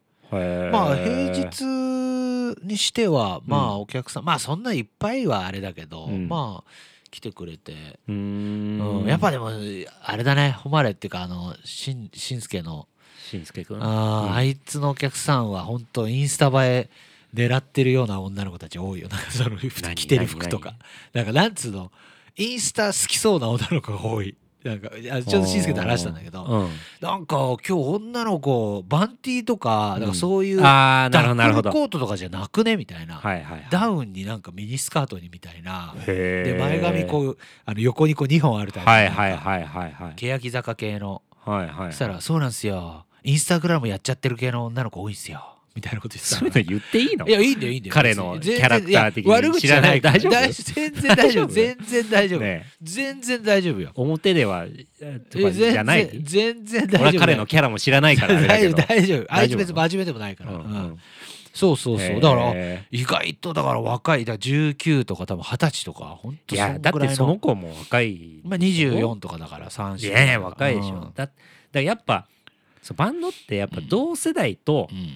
[SPEAKER 2] まあ平日にしてはまあお客さん、まあそんないっぱいはあれだけど、
[SPEAKER 1] うん
[SPEAKER 2] まあ来てくれて、
[SPEAKER 1] うー
[SPEAKER 2] うん
[SPEAKER 1] ん
[SPEAKER 2] やっぱでもあれだね誉れっていうかあのしんしんすけの、
[SPEAKER 1] しんすけくん。
[SPEAKER 2] あー
[SPEAKER 1] うん
[SPEAKER 2] あいつのお客さんは本当インスタ映え狙ってるような女の子たち多いよなんかその服
[SPEAKER 1] 何
[SPEAKER 2] 着てる服とかなんかなんつうのインスタ好きそうな女の子が多いなんかいやちょっとしんすけと話したんだけど、
[SPEAKER 1] うん
[SPEAKER 2] なんか今日女の子バンティーとかなんかそういう、
[SPEAKER 1] ああな
[SPEAKER 2] ダ
[SPEAKER 1] るほどなる
[SPEAKER 2] ッ
[SPEAKER 1] ほ
[SPEAKER 2] フ
[SPEAKER 1] ど。
[SPEAKER 2] ルコートとかじゃなくねみたいな、
[SPEAKER 1] はいはいはい。
[SPEAKER 2] ダウンになんかミニスカートにみたいな
[SPEAKER 1] へ
[SPEAKER 2] で
[SPEAKER 1] ー
[SPEAKER 2] 前髪こうあの横にこう2本あるタイプ
[SPEAKER 1] はいはいはいはいはい。
[SPEAKER 2] 欅坂系の
[SPEAKER 1] はいはい。
[SPEAKER 2] そしたら「そうなんすよインスタグラムやっちゃってる系の女の子多いんすよ」みたいなこと言ってた
[SPEAKER 1] そう
[SPEAKER 2] の
[SPEAKER 1] いうの言っていいの
[SPEAKER 2] いやいいんだよいいんだよ
[SPEAKER 1] 彼の
[SPEAKER 2] 別に
[SPEAKER 1] キャラクター的に
[SPEAKER 2] 全然いや悪口じゃないから
[SPEAKER 1] 知らない大丈夫
[SPEAKER 2] 全然大丈夫
[SPEAKER 1] 大丈夫
[SPEAKER 2] 全然大丈夫、
[SPEAKER 1] ね
[SPEAKER 2] 全然大丈夫よ
[SPEAKER 1] 表ではえと
[SPEAKER 2] え
[SPEAKER 1] かじゃな
[SPEAKER 2] 全然
[SPEAKER 1] い
[SPEAKER 2] 全然大
[SPEAKER 1] 俺は
[SPEAKER 2] 丈夫
[SPEAKER 1] 彼のキャラも知らないからあれだ
[SPEAKER 2] 大
[SPEAKER 1] け
[SPEAKER 2] 丈
[SPEAKER 1] ど
[SPEAKER 2] 夫。大丈夫あ
[SPEAKER 1] 大
[SPEAKER 2] いつ
[SPEAKER 1] 丈夫
[SPEAKER 2] 別に真面目でもないから、
[SPEAKER 1] うん
[SPEAKER 2] うん
[SPEAKER 1] うん
[SPEAKER 2] そうそうそうだから
[SPEAKER 1] へ
[SPEAKER 2] 意外とだから若いだから19とか多分20歳とか本
[SPEAKER 1] ー
[SPEAKER 2] 当
[SPEAKER 1] い
[SPEAKER 2] そん
[SPEAKER 1] やだっ
[SPEAKER 2] ぐらい
[SPEAKER 1] てその子も若い
[SPEAKER 2] まあ、24とかだから3
[SPEAKER 1] いやいや若いでしょ、だだからやっぱそうバンドってやっぱ同世代と
[SPEAKER 2] うん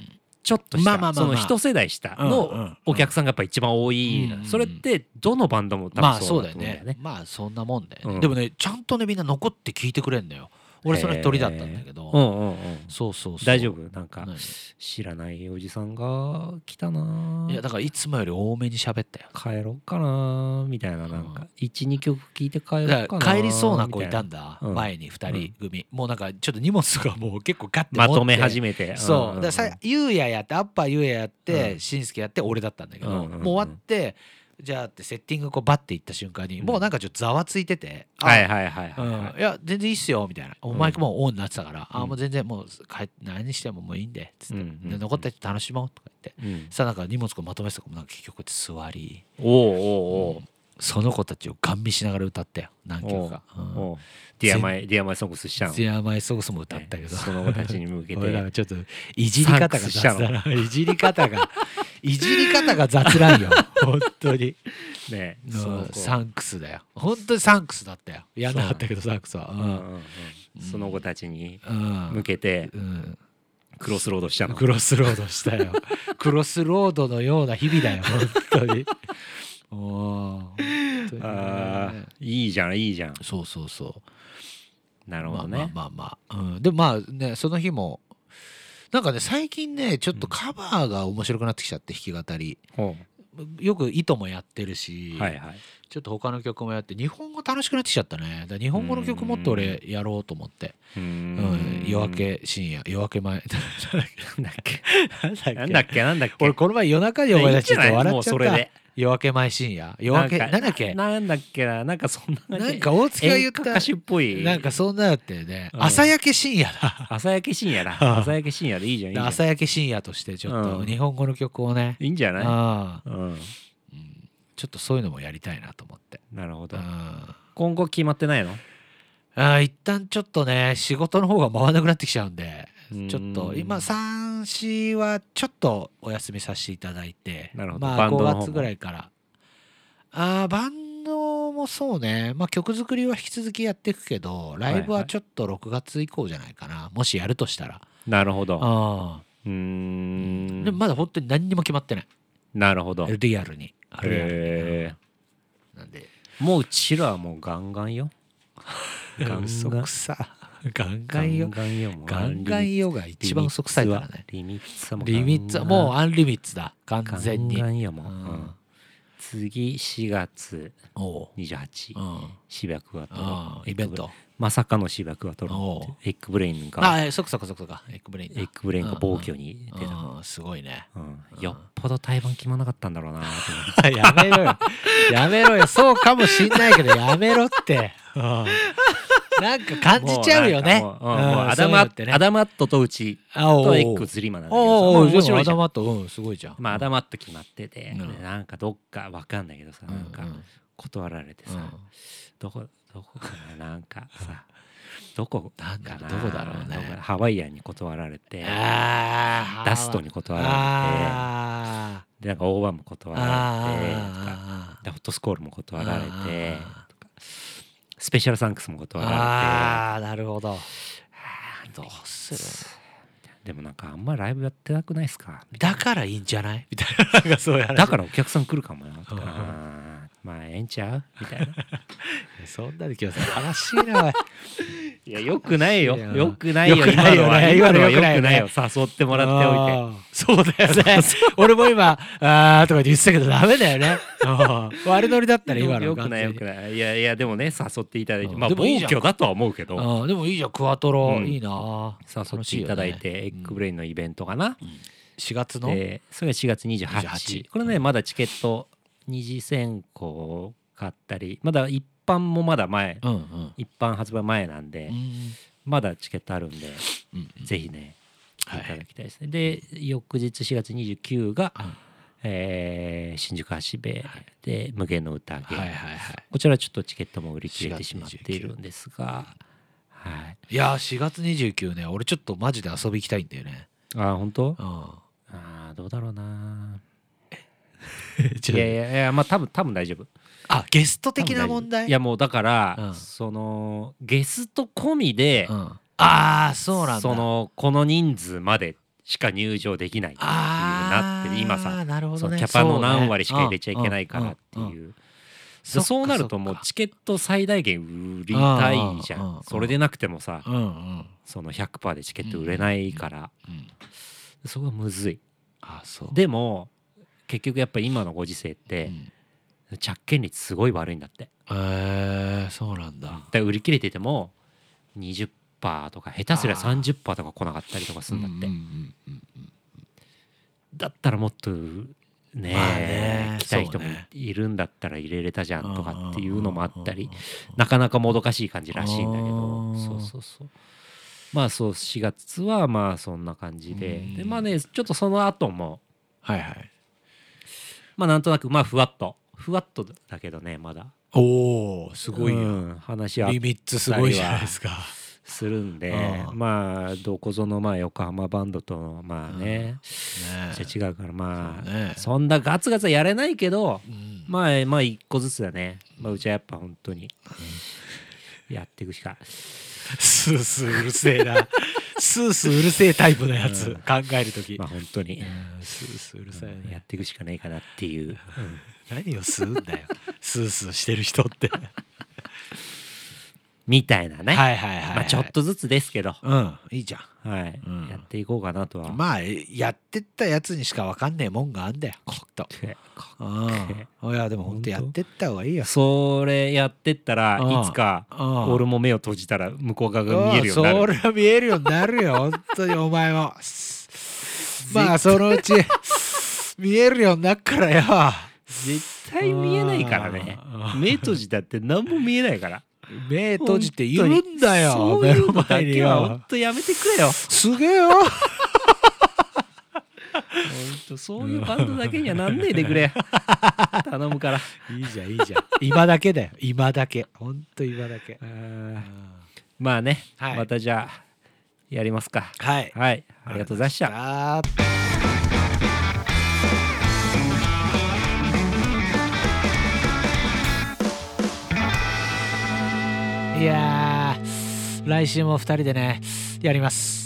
[SPEAKER 1] ちょっとした、
[SPEAKER 2] まあまあまあ
[SPEAKER 1] そ
[SPEAKER 2] まあ
[SPEAKER 1] の一世代下
[SPEAKER 2] うんうんうん
[SPEAKER 1] のお客さんがやっぱ一番多いな、
[SPEAKER 2] うんうん
[SPEAKER 1] それってどのバンドも多
[SPEAKER 2] まあ
[SPEAKER 1] 分
[SPEAKER 2] そ
[SPEAKER 1] そう
[SPEAKER 2] う
[SPEAKER 1] だ
[SPEAKER 2] だ
[SPEAKER 1] と
[SPEAKER 2] よ
[SPEAKER 1] 思うんだ
[SPEAKER 2] ね
[SPEAKER 1] よね,、
[SPEAKER 2] まあそんなもんだよね、
[SPEAKER 1] うん
[SPEAKER 2] でもねちゃんとねみんな残って聞いてくれんだよ俺その一人だったんだけど、
[SPEAKER 1] うんうんうん
[SPEAKER 2] そうそうそう
[SPEAKER 1] 大丈夫なんか
[SPEAKER 2] 何
[SPEAKER 1] 知らないおじさんが来たない
[SPEAKER 2] やだからいつもより多めに喋ったよ
[SPEAKER 1] 帰ろうかなみたいななんか12曲聴いて帰ろ
[SPEAKER 2] だ
[SPEAKER 1] う
[SPEAKER 2] か
[SPEAKER 1] からな
[SPEAKER 2] 帰りそうな子いたんだ、
[SPEAKER 1] みたいなうん
[SPEAKER 2] 前に2人組、もうなんかちょっと荷物がもう結構ガッて持っ
[SPEAKER 1] ま
[SPEAKER 2] て
[SPEAKER 1] とめ始めて
[SPEAKER 2] そ
[SPEAKER 1] だ
[SPEAKER 2] う、だからさゆうややってアッパーゆうややって、
[SPEAKER 1] うん
[SPEAKER 2] しんすけやって俺だったんだけど、
[SPEAKER 1] うんうんうん
[SPEAKER 2] もう終わってじゃあってセッティングこうバッていった瞬間に、
[SPEAKER 1] うん
[SPEAKER 2] もうなんかちょっとざわついてて「
[SPEAKER 1] はい
[SPEAKER 2] あ
[SPEAKER 1] はいはいはい、
[SPEAKER 2] うん、いや全然いいっすよ」みたいな「お
[SPEAKER 1] ん
[SPEAKER 2] マイクもうオンになってたから、あ
[SPEAKER 1] うん
[SPEAKER 2] もう全然もう帰って何してももういいんで」つって、
[SPEAKER 1] うんうんうん
[SPEAKER 2] で残った人楽しもう」とか言って
[SPEAKER 1] うん
[SPEAKER 2] さなんか荷物こうまとめてた子もなんか結局こうやって座り
[SPEAKER 1] おうおうおう
[SPEAKER 2] その子たちをガン見しながら歌ったよ何曲か「うん
[SPEAKER 1] おうディアマイ、ディアマイソングスしちゃうの。
[SPEAKER 2] Dear My Songs」も歌ったけど、
[SPEAKER 1] その子たちに向け
[SPEAKER 2] [laughs] 俺ら
[SPEAKER 1] て
[SPEAKER 2] が。ちょっといじり方が雑だないじり方がいじり方が雑なん
[SPEAKER 1] [laughs]
[SPEAKER 2] よ本当に
[SPEAKER 1] ね、
[SPEAKER 2] うん
[SPEAKER 1] その子
[SPEAKER 2] サンクスだよ本当にサンクスだったよ嫌なかったけどサンクスは
[SPEAKER 1] うんうんうんその子たちに
[SPEAKER 2] うんうん
[SPEAKER 1] 向けて
[SPEAKER 2] うん
[SPEAKER 1] クロスロードしちゃうの。
[SPEAKER 2] クロスロードした
[SPEAKER 1] [laughs]
[SPEAKER 2] よクロスロードのような日々だよ本当に [laughs] おー本当にね
[SPEAKER 1] あーいいじゃんいいじゃん。
[SPEAKER 2] そうそうそう
[SPEAKER 1] なるほ
[SPEAKER 2] まあ
[SPEAKER 1] ど
[SPEAKER 2] まあ
[SPEAKER 1] ね。
[SPEAKER 2] まあまあ、うん、でもまあねその日もなんかね最近ねちょっとカバーが面白くなってきちゃって弾き語り
[SPEAKER 1] ほ
[SPEAKER 2] よく「糸」もやってるし、
[SPEAKER 1] うはいはい。
[SPEAKER 2] ちょっと他の曲もやって日本語楽しくなってきちゃったねだから日本語の曲もっと俺やろうと思って
[SPEAKER 1] うー
[SPEAKER 2] 「うんん、夜明。け深夜夜明け前」 [laughs]
[SPEAKER 1] なんだっけ。
[SPEAKER 2] なんだ
[SPEAKER 1] なんだ
[SPEAKER 2] っけ
[SPEAKER 1] っけなんだっけ。
[SPEAKER 2] 俺この前夜中に思い出してちょっと笑
[SPEAKER 1] も
[SPEAKER 2] っ
[SPEAKER 1] う
[SPEAKER 2] ちゃ
[SPEAKER 1] そ
[SPEAKER 2] っ
[SPEAKER 1] れ
[SPEAKER 2] た
[SPEAKER 1] で。
[SPEAKER 2] 夜明け前深夜夜明けなんだっけ
[SPEAKER 1] なんだっけななんかそんな
[SPEAKER 2] なんか大塚が言
[SPEAKER 1] 演
[SPEAKER 2] っ
[SPEAKER 1] 歌歌
[SPEAKER 2] た
[SPEAKER 1] 手っぽい
[SPEAKER 2] なんかそんなだったよね
[SPEAKER 1] うん
[SPEAKER 2] 朝焼け深夜だ
[SPEAKER 1] 朝焼け深夜だ朝焼け深夜でいいじゃんいいじゃん
[SPEAKER 2] 朝焼け深夜としてちょっ
[SPEAKER 1] う
[SPEAKER 2] と
[SPEAKER 1] ん
[SPEAKER 2] 日本語の曲をね
[SPEAKER 1] いいんじゃない
[SPEAKER 2] ああ
[SPEAKER 1] うん
[SPEAKER 2] うんちょっとそういうのもやりたいなと思って
[SPEAKER 1] なるほ
[SPEAKER 2] う
[SPEAKER 1] ど
[SPEAKER 2] んあ
[SPEAKER 1] 今後決まってないの
[SPEAKER 2] あ一旦ちょっとね仕事の方が回らなくなってきちゃうんで
[SPEAKER 1] うん
[SPEAKER 2] ちょっと今34はちょっとお休みさせていただいて
[SPEAKER 1] なるほど
[SPEAKER 2] ま
[SPEAKER 1] バ
[SPEAKER 2] あ
[SPEAKER 1] ンドの方も
[SPEAKER 2] 5月ぐらいからあーバンドもそうね、まあ、曲作りは引き続きやっていくけどライブ
[SPEAKER 1] はいは
[SPEAKER 2] はいちょっと6月以降じゃないかな、もしやるとしたら
[SPEAKER 1] なるほど
[SPEAKER 2] あ
[SPEAKER 1] うーん
[SPEAKER 2] でもまだ本当に何にも決まってない
[SPEAKER 1] なるほど
[SPEAKER 2] リアルにリアルに
[SPEAKER 1] へ
[SPEAKER 2] うんなんで
[SPEAKER 1] もううちらはもうガンガンよガンガン
[SPEAKER 2] 嘘くさガンガンよ
[SPEAKER 1] ガンよもう
[SPEAKER 2] ガンガンよが一番嘘くさいからね
[SPEAKER 1] リミッツはもう
[SPEAKER 2] リミッツはもうアンリミッツだ完
[SPEAKER 1] ガンガン
[SPEAKER 2] 全に
[SPEAKER 1] ガンガンよもう
[SPEAKER 2] う
[SPEAKER 1] うんん次4月
[SPEAKER 2] おうう
[SPEAKER 1] 28
[SPEAKER 2] ん
[SPEAKER 1] 渋谷がと
[SPEAKER 2] あイベント。
[SPEAKER 1] まさかの芝生が取る
[SPEAKER 2] おう
[SPEAKER 1] エッグブレイン
[SPEAKER 2] あ
[SPEAKER 1] が
[SPEAKER 2] あ、そっかそっかそっか。エッグブレインだ。
[SPEAKER 1] エッグブレインが暴挙に出た、
[SPEAKER 2] うんすごいね。
[SPEAKER 1] うんよっぽど対バン決まらなかったんだ [laughs] ろうなと思って
[SPEAKER 2] [laughs] やめろよ。やめろよ。そうかもしんないけど、やめろって。うんなんか感じちゃうよね。
[SPEAKER 1] もうなんかもううんもう
[SPEAKER 2] うん
[SPEAKER 1] アダ
[SPEAKER 2] そういう
[SPEAKER 1] ム
[SPEAKER 2] の
[SPEAKER 1] ア
[SPEAKER 2] ってね
[SPEAKER 1] アダマットとうち
[SPEAKER 2] あおうお
[SPEAKER 1] と
[SPEAKER 2] う
[SPEAKER 1] エッグズリーマンなんだけど
[SPEAKER 2] おうおう、
[SPEAKER 1] まあ面白いじゃん
[SPEAKER 2] 頭と、うん、すごいじゃん。
[SPEAKER 1] まあアダマット決まってて、
[SPEAKER 2] うん
[SPEAKER 1] でなんかどっかわかんないけどさ、なんか
[SPEAKER 2] うんうん
[SPEAKER 1] 断られて
[SPEAKER 2] う
[SPEAKER 1] さ、
[SPEAKER 2] ん
[SPEAKER 1] どこどこかななんかさどこか
[SPEAKER 2] なんだ
[SPEAKER 1] な
[SPEAKER 2] ろうどこだろうね
[SPEAKER 1] どこハワイアンに断られて
[SPEAKER 2] ああ。
[SPEAKER 1] ダストに断られて
[SPEAKER 2] あ
[SPEAKER 1] でなんかオーバーも断
[SPEAKER 2] ーあー。
[SPEAKER 1] られてとか
[SPEAKER 2] あー
[SPEAKER 1] でホットスコールも断られて
[SPEAKER 2] あー
[SPEAKER 1] とかスペシャルサンクスも断ら
[SPEAKER 2] あー、なるほど。
[SPEAKER 1] れて
[SPEAKER 2] どうする
[SPEAKER 1] でもなんかあんまライブやってなくないですか
[SPEAKER 2] だからいいんじゃないみたいな。なんかそういう話
[SPEAKER 1] だからお客さん来るかもな
[SPEAKER 2] うんうん
[SPEAKER 1] あーまあええんちゃうみたいな
[SPEAKER 2] そんなに今日さ悲しい [laughs] なおい
[SPEAKER 1] いやよくないよ
[SPEAKER 2] いや
[SPEAKER 1] よくないよ
[SPEAKER 2] よくな
[SPEAKER 1] 今
[SPEAKER 2] い
[SPEAKER 1] のは今
[SPEAKER 2] よね今
[SPEAKER 1] の
[SPEAKER 2] の
[SPEAKER 1] は
[SPEAKER 2] は
[SPEAKER 1] よ
[SPEAKER 2] よく
[SPEAKER 1] くな
[SPEAKER 2] ないい
[SPEAKER 1] よ
[SPEAKER 2] よね
[SPEAKER 1] 誘ってもらっておいて
[SPEAKER 2] [laughs] あーそうだよね俺も今あーとか言ってたけどダメだよ
[SPEAKER 1] [laughs]
[SPEAKER 2] ねうん悪ノリだったね今の
[SPEAKER 1] よくないよくないいやいやでもね誘っていただいて
[SPEAKER 2] うん
[SPEAKER 1] まあ
[SPEAKER 2] でもいい
[SPEAKER 1] 暴
[SPEAKER 2] じゃん
[SPEAKER 1] 挙だとは思うけど
[SPEAKER 2] あでもいいじゃんクワトロ、
[SPEAKER 1] うん
[SPEAKER 2] いいな
[SPEAKER 1] 誘っていただいてエッグブレインのイベントかな
[SPEAKER 2] 4月の、
[SPEAKER 1] でそれが4月28
[SPEAKER 2] 28
[SPEAKER 1] これねまだチケット二次選考買ったりまだ一般もまだ前
[SPEAKER 2] うんうん
[SPEAKER 1] 一般発売前なんで
[SPEAKER 2] うん
[SPEAKER 1] まだチケットあるんで
[SPEAKER 2] うん
[SPEAKER 1] ぜひね
[SPEAKER 2] はい
[SPEAKER 1] ただきたいですねで翌日4月29が
[SPEAKER 2] うん
[SPEAKER 1] えー新宿橋部で無限の宴
[SPEAKER 2] はいはいはい
[SPEAKER 1] こちらはちょっとチケットも売り切れてしまっているんですがはい
[SPEAKER 2] いやー4月29ね俺ちょっとマジで遊び行きたいんだよね
[SPEAKER 1] あー本当 [laughs]
[SPEAKER 2] うん
[SPEAKER 1] あーどうだろうな
[SPEAKER 2] ち
[SPEAKER 1] い
[SPEAKER 2] ょっ
[SPEAKER 1] や
[SPEAKER 2] と
[SPEAKER 1] いやいやまあ多分多分大丈夫
[SPEAKER 2] あゲスト的な問題
[SPEAKER 1] いやもうだから、
[SPEAKER 2] うん
[SPEAKER 1] そのゲスト込みで、
[SPEAKER 2] うん、ああーそうなんだ
[SPEAKER 1] そのこの人数までしか入場できないっていうな
[SPEAKER 2] あ
[SPEAKER 1] って
[SPEAKER 2] ー
[SPEAKER 1] て今さ、
[SPEAKER 2] なるほ
[SPEAKER 1] そ
[SPEAKER 2] ど
[SPEAKER 1] の
[SPEAKER 2] ね
[SPEAKER 1] キャパの何
[SPEAKER 2] そうね
[SPEAKER 1] 割しか入れちゃいけないからって
[SPEAKER 2] んんんん
[SPEAKER 1] いうで
[SPEAKER 2] そっか
[SPEAKER 1] そうなるともうチケット最大限売りたいじゃ
[SPEAKER 2] うんうんうん
[SPEAKER 1] ん
[SPEAKER 2] うん
[SPEAKER 1] それでなくてもさ
[SPEAKER 2] うんうん
[SPEAKER 1] その100%でチケット売れないから
[SPEAKER 2] うん
[SPEAKER 1] そこはむずい
[SPEAKER 2] あそう
[SPEAKER 1] でも結局やっぱり今のご時世っ
[SPEAKER 2] う
[SPEAKER 1] て
[SPEAKER 2] ん
[SPEAKER 1] 着券率すごい悪いんだって
[SPEAKER 2] えー、そうなん
[SPEAKER 1] だ
[SPEAKER 2] だ
[SPEAKER 1] から売り切れてても20%とか下手すりゃ30%とか来なかったりとかするんだって、
[SPEAKER 2] うんうんうんうん
[SPEAKER 1] だったらもっとね,、
[SPEAKER 2] まあね
[SPEAKER 1] 来たい人も
[SPEAKER 2] そうね
[SPEAKER 1] いるんだったら入れれたじゃんとかっていうのもあったり
[SPEAKER 2] うんうんうん
[SPEAKER 1] なかなかもどかしい感じらしいんだけ
[SPEAKER 2] あ
[SPEAKER 1] ど
[SPEAKER 2] ー
[SPEAKER 1] そうそうそうまあそう4月はまあそんな感じで
[SPEAKER 2] うん
[SPEAKER 1] でまあねちょっとその後も
[SPEAKER 2] はいはい
[SPEAKER 1] まあなんとなくまあふわっとふわっとだけどねまだ
[SPEAKER 2] おおすごいや、
[SPEAKER 1] うん話は
[SPEAKER 2] リミッツすごいじゃないですか
[SPEAKER 1] するんで
[SPEAKER 2] うん
[SPEAKER 1] まあどこぞのまあ横浜バンドとのまあね、
[SPEAKER 2] ねえ
[SPEAKER 1] じゃ違うからまあ
[SPEAKER 2] そうね
[SPEAKER 1] そんなガツガツはやれないけど
[SPEAKER 2] うん
[SPEAKER 1] まあまあ一個ずつだね、まあ、うちはやっぱ本当にやっていくしか
[SPEAKER 2] スースーうるせえ
[SPEAKER 1] [laughs]
[SPEAKER 2] なスースーうるせえタイプのやつ、
[SPEAKER 1] うん
[SPEAKER 2] 考える時、
[SPEAKER 1] まあ本当に、
[SPEAKER 2] うんスースーうるさいよ
[SPEAKER 1] や
[SPEAKER 2] ね、
[SPEAKER 1] っていくしかないかなっていう、
[SPEAKER 2] 何を吸うんだよスースーしてる人って
[SPEAKER 1] みたいなね、
[SPEAKER 2] はいはいはい、はい
[SPEAKER 1] まあ、ちょっとずつですけど、
[SPEAKER 2] うんいいじゃん
[SPEAKER 1] はい
[SPEAKER 2] うん
[SPEAKER 1] やっていこうかなとは
[SPEAKER 2] まあやってったやつにしか分かんねえもんがあんだよきっと
[SPEAKER 1] って
[SPEAKER 2] うんいやでも本当やってった方がいいよ
[SPEAKER 1] それやってったら
[SPEAKER 2] うん
[SPEAKER 1] いつか
[SPEAKER 2] うん
[SPEAKER 1] 俺も目を閉じたら向こう側が見えるようにな
[SPEAKER 2] うんそ
[SPEAKER 1] る
[SPEAKER 2] れは見えるようになるよ本当にお前もまあそのうち見えるようになっからよ
[SPEAKER 1] 絶対見えないからね
[SPEAKER 2] うん
[SPEAKER 1] 目閉じたって何も見えないから
[SPEAKER 2] 目閉じているんだよ
[SPEAKER 1] 本当
[SPEAKER 2] 目
[SPEAKER 1] に
[SPEAKER 2] の
[SPEAKER 1] そうい
[SPEAKER 2] 前
[SPEAKER 1] うのだ
[SPEAKER 2] に
[SPEAKER 1] けはほん
[SPEAKER 2] よ
[SPEAKER 1] とやめてくれよ
[SPEAKER 2] すげえよ
[SPEAKER 1] そういうバンドだけにはなんねえでくれ頼むから
[SPEAKER 2] いいじゃんいいじゃん今だけだよ今だけ本当今だけうん
[SPEAKER 1] まあね、
[SPEAKER 2] はい
[SPEAKER 1] またじゃあやりますか
[SPEAKER 2] はい
[SPEAKER 1] はいありがとうございました
[SPEAKER 2] あーいやー来週も2人でねやります